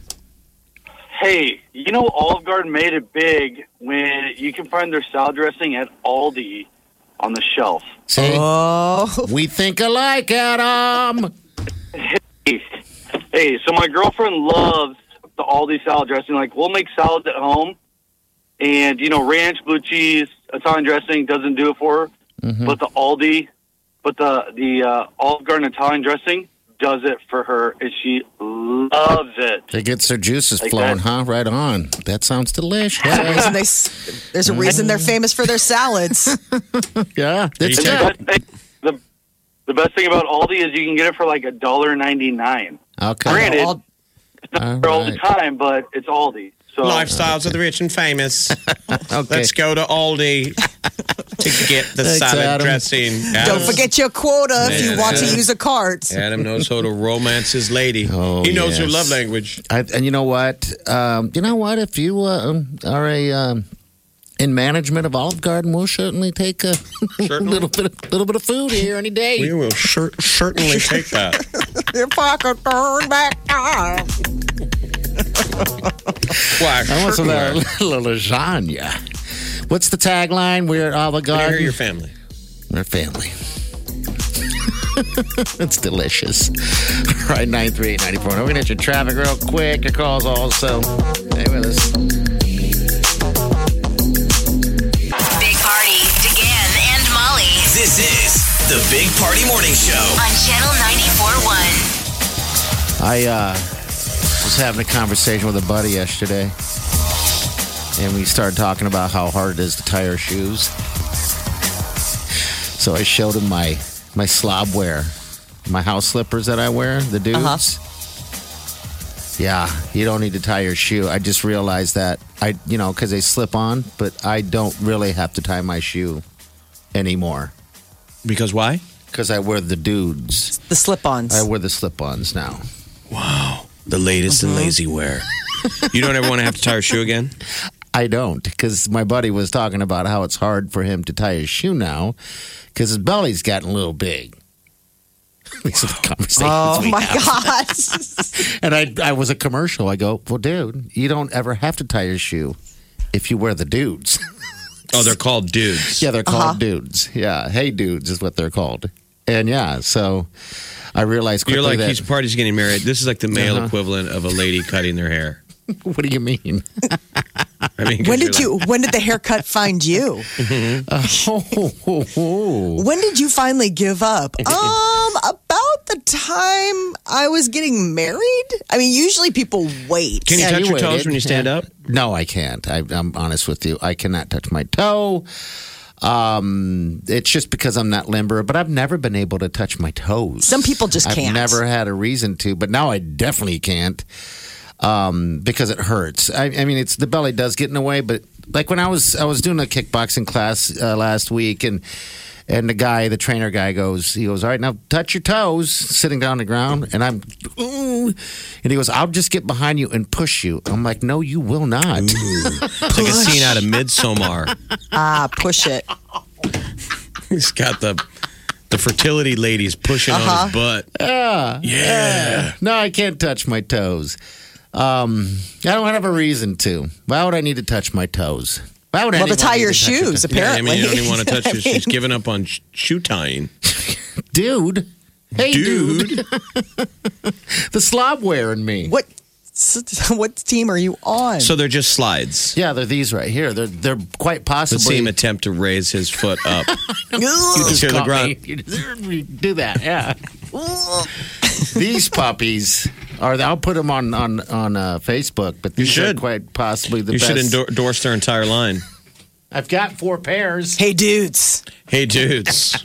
M: Hey, you know Olive Garden made it big when you can find their salad dressing at Aldi on the shelf.
E: See, oh. we think alike, Adam.
M: Hey, so my girlfriend loves the Aldi salad dressing. Like, we'll make salads at home, and you know, ranch, blue cheese, Italian dressing doesn't do it for her. But the Aldi, but the the uh, Olive Garden Italian dressing does it for her, and she loves it.
E: It gets their juices
M: Like
E: flowing,
M: that.
E: huh? Right on. That sounds delicious.
C: There's a reason they s- there's a reason they're famous for
D: *laughs*
C: their salads.
E: yeah, that's
M: And
E: good.
M: the, best thing, the, the best thing about Aldi is you can get it for like a dollar ninety nine.
E: Okay.
M: Granted,
E: All-
M: it's not for all the time, but it's Aldi. So
D: Lifestyles of the rich and
C: *laughs*
D: famous. Let's go to Aldi to get the
C: Thanks,
D: salad
C: Adam.
D: dressing.
C: Don't
D: Adam's-
C: forget your quota if you
D: Yeah,
C: want to
D: yeah.
C: use a cart. Oh,
D: Adam knows how to romance his
C: *laughs*
D: lady. he knows her
E: yes.
D: love language.
E: I, and you know what? Um, you know what? If you uh, are a um, in management of Olive Garden, we'll certainly take a *laughs* little bit, of, little bit of food here any day.
D: We will cer- certainly take that.
C: *laughs* If I could turn back
E: *laughs*
C: time.
D: Why?
E: I want some of that little lasagna. What's the tagline? We're at Olive
D: Can I
E: Garden.
D: hear your family?
E: We're family. *laughs* it's delicious. All right, 938-94. We're going to hit your traffic real quick. Your calls also. Stay with us.
B: Big Party, DeGan and Molly
A: This is the Big Party Morning Show.
B: on Channel 94.1.
E: I uh, was having a conversation with a buddy yesterday, and we started talking about how hard it is to tie our shoes. So I showed him my my slob wear, my house slippers that I wear, the dudes. Yeah, you don't need to tie your shoe. I just realized that I, you know, because they slip on, but I don't really have to tie my shoe anymore.
D: Because why?
E: Because I wear the dudes,
C: the slip-ons.
E: I wear the slip-ons now.
D: The latest
C: Uh-huh.
D: in lazy wear. You don't ever want to have to tie your shoe again?
E: *laughs* I don't, because my buddy was talking about how it's hard for him to tie his shoe now because his belly's gotten a little big. *laughs* These are the conversations
C: Oh
E: we
C: my
E: have.
D: *laughs*
C: gosh.
E: And I, I was a commercial. I go, well, dude, you don't ever have to tie your shoe if you wear the dudes.
D: *laughs* Oh, they're called dudes.
E: yeah, they're called
C: Uh-huh.
E: dudes. Yeah, hey dudes is what they're called. And yeah, so I realized quickly
D: You're like,
E: that.
D: he's party's getting married. This is like the male
E: Uh-huh.
D: equivalent of a lady cutting their hair.
E: what do you mean?
D: I mean, 'cause
C: When
D: you're
C: did you? When did the haircut find you?
E: Mm-hmm.
C: When did you finally
E: *laughs*
C: give up? Um, about the time I was getting married. I mean, usually people wait.
D: Can you touch your toes when
E: *laughs*
D: you stand up?
E: No, I can't. I, I'm honest with you. I cannot touch my toe. Um, it's just because I'm not limber, but I've never been able to touch my toes.
C: Some people just
E: I've
C: can't.
E: never had a reason to, but now I definitely can't um, because it hurts. I, I mean, it's the belly does get in the way, but like when I was I was doing a kickboxing class uh, last week, and and the guy, the trainer guy, goes, he goes, all right, now touch your toes, sitting down on the ground, and I'm, ooh, and he goes, I'll just get behind you and push you. I'm like, no, you will not.
D: It's like a scene out of Midsommar.
C: Ah, push it.
D: *laughs* He's got the the fertility ladies pushing
C: Uh-huh.
D: on his butt.
E: Yeah. Yeah. No, I can't touch my toes. Um, I don't have a reason to. Why would I need to touch my toes? Why would
C: *laughs* Well, to
E: anybody
C: tie
E: need
C: your
E: touch their
C: shoes,
E: toes?
D: Yeah, I mean, you don't even want to
C: *laughs*
D: touch
C: I
D: your shoes.
E: *laughs*
D: She's
C: mean-
D: giving up on sh- shoe
C: *laughs*
D: tying.
E: Dude. Hey, dude. *laughs* the slob wearing me.
C: What? *laughs* what team are you on?
D: So they're just slides.
E: Yeah, they're these right here. They're they're quite possibly.
D: Let's see him attempt to raise his foot
C: *laughs*
D: up.
E: you just
D: hear the
E: caught
D: grunt.
E: me. You just- you do that, yeah. *laughs* these puppies are. I'll put them on on on uh, Facebook. But these
D: should.
E: are quite possibly the
D: you
E: best.
D: should endor- endorse their entire line.
E: I've got four pairs.
C: Hey, dudes.
D: Hey, dudes.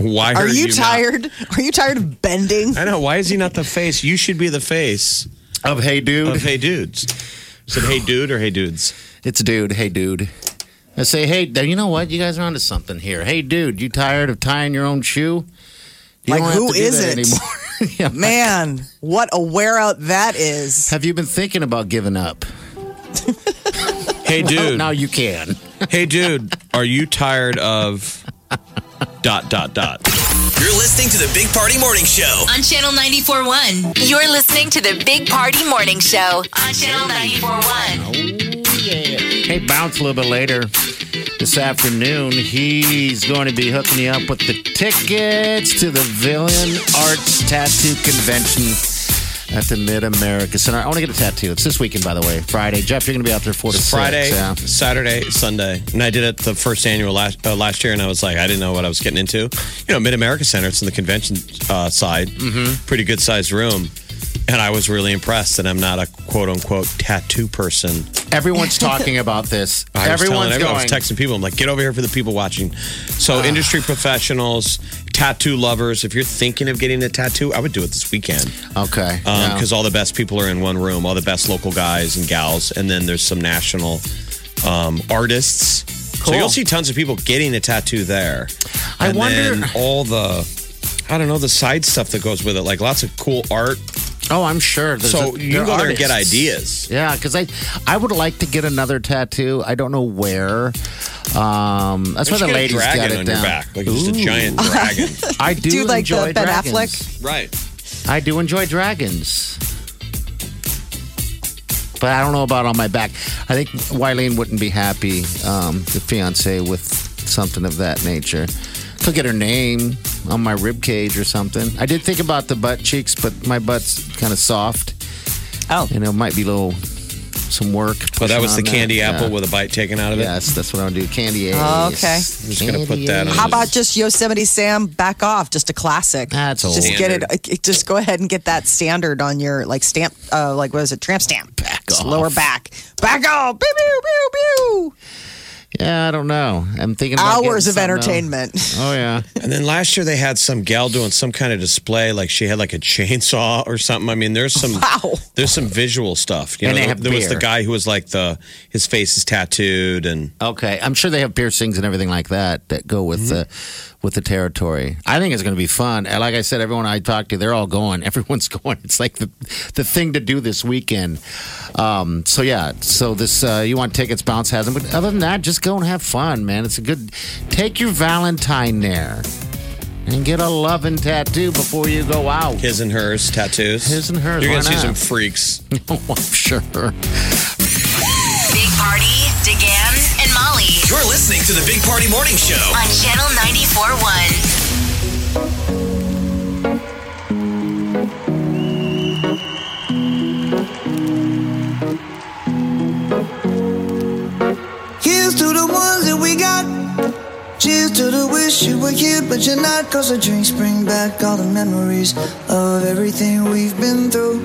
D: Why
C: Are you,
D: not-
C: tired? Are you tired
D: *laughs*
C: of bending?
D: I know. Why is he not the face? You should be the face
E: of Hey Dude.
D: Of Hey Dudes. Is it Hey Dude or Hey Dudes?
E: It's dude. Hey, dude. I say, hey, th- you know what? You guys are onto something here. Hey, dude, you tired of tying your own shoe? You
C: Like,
E: don't have
C: who
E: to do
C: is
E: that
C: it?
E: anymore. *laughs* yeah,
C: Man, what a wear out that is.
E: Have you been thinking about giving up?
C: Oh,
D: Hey,
E: Well,
D: dude.
E: now you can.
D: hey, dude. Are you tired of dot dot dot?
A: You're listening to the Big Party Morning Show.
B: On Channel 941. You're listening to the Big Party Morning Show on Channel 941.
E: Hey, bounce a little bit later this afternoon. He's going to be hooking you up with the tickets to the Villain Arts Tattoo Convention at the Mid America Center. I want to get a tattoo. It's this weekend, by the way, Friday. Jeff, you're going to be out there four to six.
D: Friday,
E: yeah.
D: Saturday, Sunday. And I did it the first annual last, uh, last year, and I was like, I didn't know what I was getting into. You know, Mid America Center, it's in the convention uh, side,
E: Mm-hmm.
D: pretty good sized room. And I was really impressed that I'm not a quote unquote tattoo person.
E: Everyone's talking about this.
D: *laughs* I was telling
E: Everyone's
D: everyone, I
E: going.
D: was texting people. I'm like, get over here for the people watching. So, industry professionals, tattoo lovers, if you're thinking of getting a tattoo, I would do it this weekend.
E: okay. yeah.
D: because Um, all the best people are in one room, all the best local guys and gals, and then there's some national um, artists.
E: Cool.
D: So you'll see tons of people getting a tattoo there.
E: I
D: and
E: wonder-
D: then all the I don't know the side stuff that goes with it, like lots of cool art.
E: Oh, I'm sure. There's
D: so
E: a-
D: you
E: there
D: can go
E: are
D: there and get
E: artists.
D: ideas.
E: Yeah, because I, I would like to get another tattoo. I don't know where. Um, that's why the
D: Just get a
E: ladies got
D: dragon
E: it
D: on
E: down.
D: your back, like just
E: *laughs*
D: a giant dragon.
E: I do,
C: Dude, like
E: enjoy
C: the Ben
E: dragons.
C: Affleck?
D: Right.
E: I do enjoy dragons. But I don't know about on my back. I think Wileen wouldn't be happy, um, the fiance, with something of that nature. Could get her name on my rib cage or something. I did think about the butt cheeks, but my butt's kind of soft.
C: Oh.
E: And it might be a little some work.
D: Well, that
E: pushing
D: was the
E: on
D: candy
E: Yeah.
D: apple with a bite taken out of it.
E: Yes, that's what I'll do. Candy A's.
C: Oh, okay.
D: I'm just gonna put that on.
C: How about just Yosemite Sam back off? Just a classic.
E: That's old.
C: just get
D: Standard.
C: it. uh, Just go ahead and get that standard on your like stamp. Uh, like what is it? Tramp stamp. Back
E: off.
C: Lower back. Back off. Pew, pew, pew, pew.
E: Yeah, I don't know. I'm thinking about
C: Hours
E: getting
C: of
E: something else.
C: entertainment. *laughs*
E: Oh yeah.
D: And then last year they had some gal doing some kind of display, like she had like a *laughs* chainsaw or something. I mean, there's
C: *laughs*
D: some
C: Wow.
D: there's some visual stuff. You
E: And
D: know,
E: they
D: there,
E: have
D: there was the
E: beer.
D: guy who was like the his face is tattooed and
E: Okay, I'm sure they have piercings and everything like that that go
D: Mm-hmm.
E: with the with the territory. I think it's going to be fun. And like I said, everyone I talked to, they're all going. *laughs* Everyone's going. It's like the the thing to do this weekend. Um, so yeah, so this uh, you want tickets? Bounce has them. But other than that, just go and have fun, man. It's a good. Take your Valentine there and get a loving tattoo before you go out.
D: his and hers tattoos.
E: His and hers,
D: You're gonna
E: why
D: see
E: not?
D: some freaks.
E: *laughs* Oh, I'm sure.
B: Big Party, DeGan, and Molly
A: You're listening to the Big Party Morning Show.
B: on Channel 941.
N: Here's to the ones that we got. Cheers to the wish you were here, but you're not. Cause the drinks bring back all the memories of everything we've been through.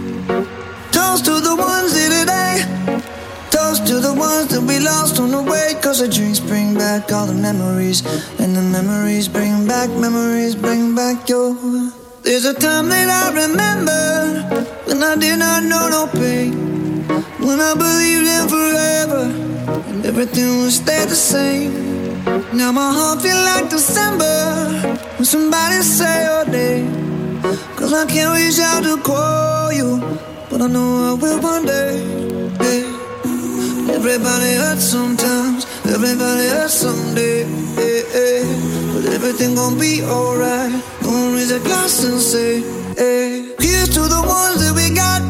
N: Toast to the ones here today. Toast to the ones that we lost on the way. Cause the drinks bring back all the memories. And the memories bring back, memories bring back your. There's a time that I remember when I did not know no pain. When I believed in forever. And everything will stay the same. Now my heart feel like December when somebody say your name. Cause I can't reach out to call you, but I know I will one day. Hey. Everybody hurts sometimes, everybody hurts someday. Hey, hey. But everything gonna be alright. Gonna raise a glass and say, hey. Here's to the ones that we got.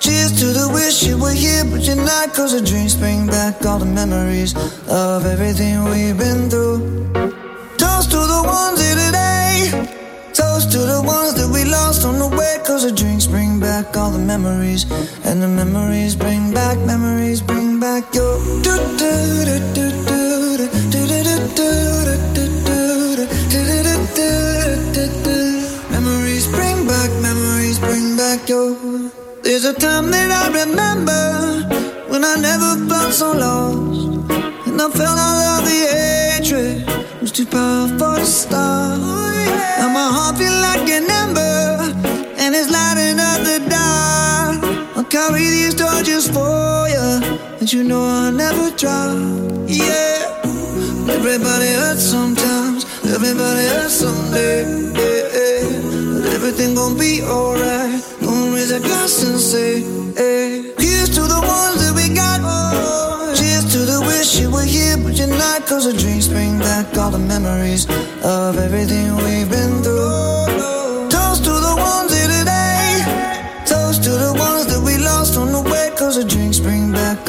N: Cheers to the wish you were here, but you're not. Cause the dreams bring back all the memories of everything we've been through. Toast to the ones here today. Toast goes to the ones that we lost on the way. Cause the drinks bring back all the memories. And the memories bring back, memories bring back your. Do, do, do, do, do, do, do, do, do, do, do, do, do, do, do, do, do, do. Memories bring back, memories bring back your. There's a time that I remember when I never felt so lost. And I felt all of the hatred was too powerful to stop. Now my heart feel like an ember, and it's lighting up the dark. I'll carry these torches for you, and you know I'll never drop. Yeah, everybody hurts sometimes, everybody hurts someday. Yeah, yeah. But everything gon' be alright. Gonna raise a glass and say, hey. Here's to the ones that we got. oh. Cheers to the wish you were here, but you're not. Cause the dreams bring back all the memories of everything we've been through. Toast to the ones here today. Toast to the ones that we lost on the way. Cause the drinks bring back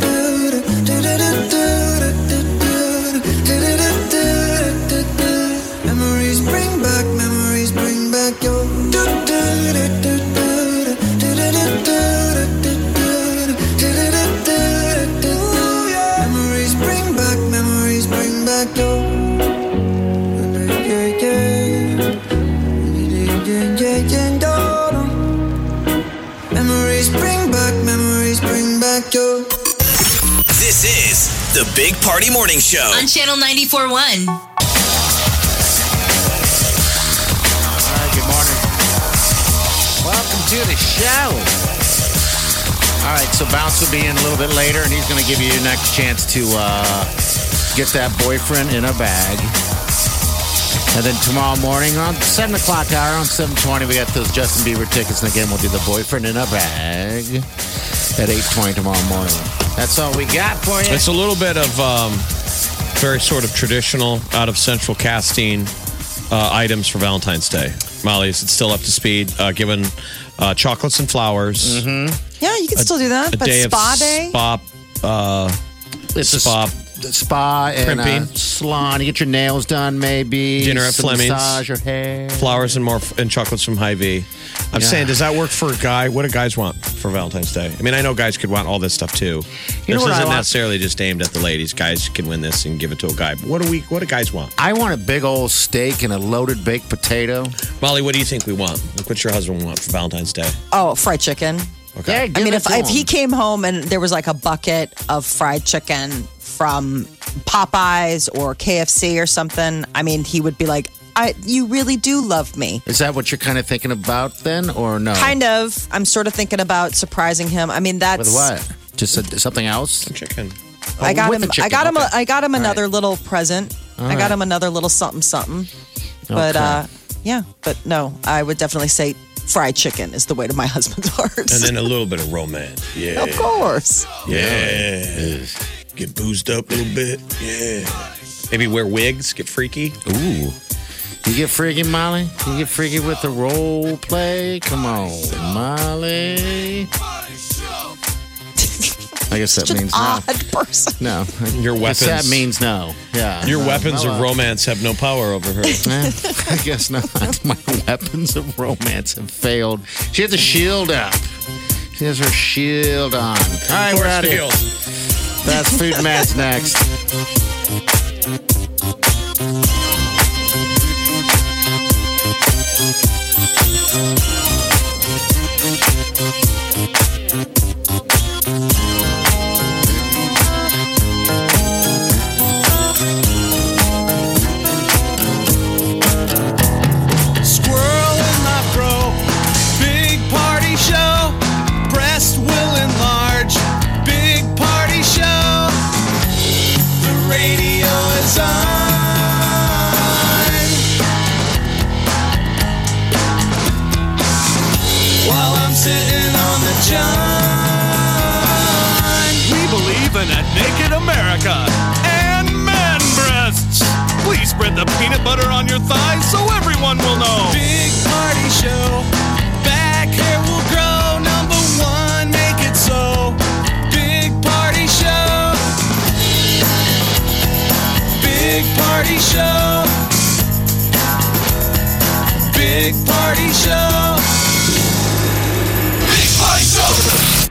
N: do, do, do, do, do, do, do, do, do, do, do. Memories bring back, memories bring back your. Do, do, do, do, do, do, do, do, do, do, do, do, do, do, do, do. Memories bring back, memories bring back your. Yeah, yeah. Memories bring back, memories bring back your.
A: This is the Big Party Morning Show.
B: On Channel 94.1.
O: good morning. Welcome to the show.
E: All right, so Bounce will be in a little bit later, and he's going to give you your next chance to uh, get that boyfriend in a bag. And then tomorrow morning on 7 o'clock hour on 720, we got those Justin Bieber tickets. And again, we'll do the boyfriend in a bag at 820 tomorrow morning. That's all we got for you.
D: It's a little bit of um, very sort of traditional, out of central casting uh, items for Valentine's Day. Molly, is it still up to speed? Uh, given uh, chocolates and flowers.
E: Mm-hmm.
C: Yeah, you can
D: A-
C: still do
E: Uh,
C: that.
D: a
C: But
D: day
C: spa
D: of
C: day.
D: Spa. Uh,
E: It's a
D: spa.
E: spa and uh,
D: Crimping.
E: salon. You get your nails done, maybe.
D: Dinner at
E: some
D: Fleming's.
E: Massage your hair.
D: flowers and more and chocolates from Hy-Vee. I'm
E: Yeah.
D: saying, does that work for a guy? What do guys want for Valentine's Day? I mean, I know guys could want all this stuff too.
E: You know
D: this
E: what I
D: isn't
E: want?
D: necessarily just aimed at the ladies. Guys can win this and give it to a guy. But what do we? What do guys want?
E: I want a big old steak and a loaded baked potato.
D: Molly, what do you think we want? Like, what's your husband want for Valentine's Day?
C: Oh, fried chicken.
D: Okay.
C: I mean, if, if he came home and there was like a bucket of fried chicken from Popeyes or KFC or something, I mean, he would be like, I, you really do love me.
E: Is that what you're kind of thinking about then, or no?
C: Kind of. I'm sort of thinking about surprising him. I mean, that's.
E: Oh. With what? Just a, something else? Oh,
D: Chicken.
C: I got him. I got him. A, I got him
E: All right.
C: another little present.
E: All
C: I got
E: right.
C: him another little something something. But
E: Okay.
C: uh, yeah, but no, I would definitely say fried chicken is the way to my *laughs* husband's heart.
D: And then a little bit of romance. Yeah.
C: Of course.
D: Yeah. Get boozed up a little bit. Yeah. Maybe wear wigs, get freaky.
E: Ooh. You get freaky, Molly? You get freaky with the role play? Come on, Molly. I guess that means no.
C: person.
E: No.
D: Your
E: Guess
D: weapons.
E: That means no. Yeah.
D: Your
E: No,
D: weapons
E: no,
D: of
E: uh,
D: romance have no power over her.
E: *laughs* eh, I guess not. *laughs* My weapons of romance have failed. She has a shield up. She has her shield on. All right, we're
D: Force
E: out of here.
D: field.
E: Fast food match next.
J: Squirrel in my fro. Big party show. Breast will enlarge. Big party show. The radio is on. While I'm sitting on the john.
P: We believe in a naked America and man breasts. Please spread the peanut butter on your thighs so everyone will know.
J: Big party show. Back hair will grow. Number one, make it so. Big party show. Big Party Show. Big Party Show.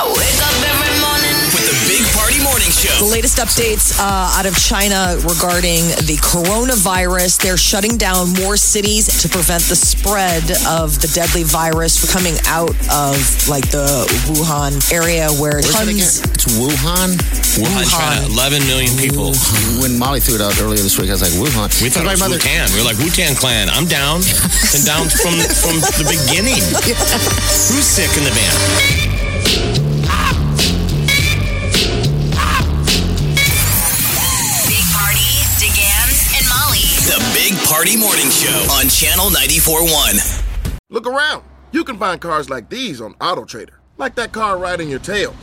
B: Wake up every morning.
A: With the Big Party Morning Show.
C: The latest updates uh, out of China regarding the coronavirus. They're shutting down more cities to prevent the spread of the deadly virus coming out of like the Wuhan area where
E: Where's that
C: tons.
E: again? It's Wuhan.
D: Wuhan, China, 11 million people.
E: When Molly threw it out earlier this week, I was like, Wuhan.
D: We thought it
E: my
D: was
E: mother-
D: Wu-Tan. We were like, Wu-Tan Clan, I'm down. and down from, from the beginning. Who's sick in the band?
B: Big Party, DeGan, and Molly.
A: The Big Party Morning Show on Channel 94.1.
Q: Look around. You can find cars like these on AutoTrader, like that car right in your tail.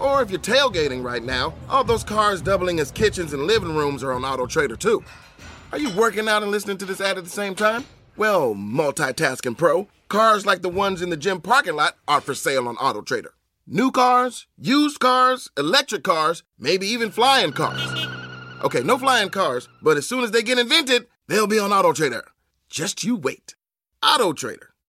Q: Or if you're tailgating right now, all those cars doubling as kitchens and living rooms are on AutoTrader too. Are you working out and listening to this ad at the same time? Well, multitasking pro, cars like the ones in the gym parking lot are for sale on AutoTrader. New cars, used cars, electric cars, maybe even flying cars. Okay, no flying cars, but as soon as they get invented, they'll be on AutoTrader. Just you wait. AutoTrader.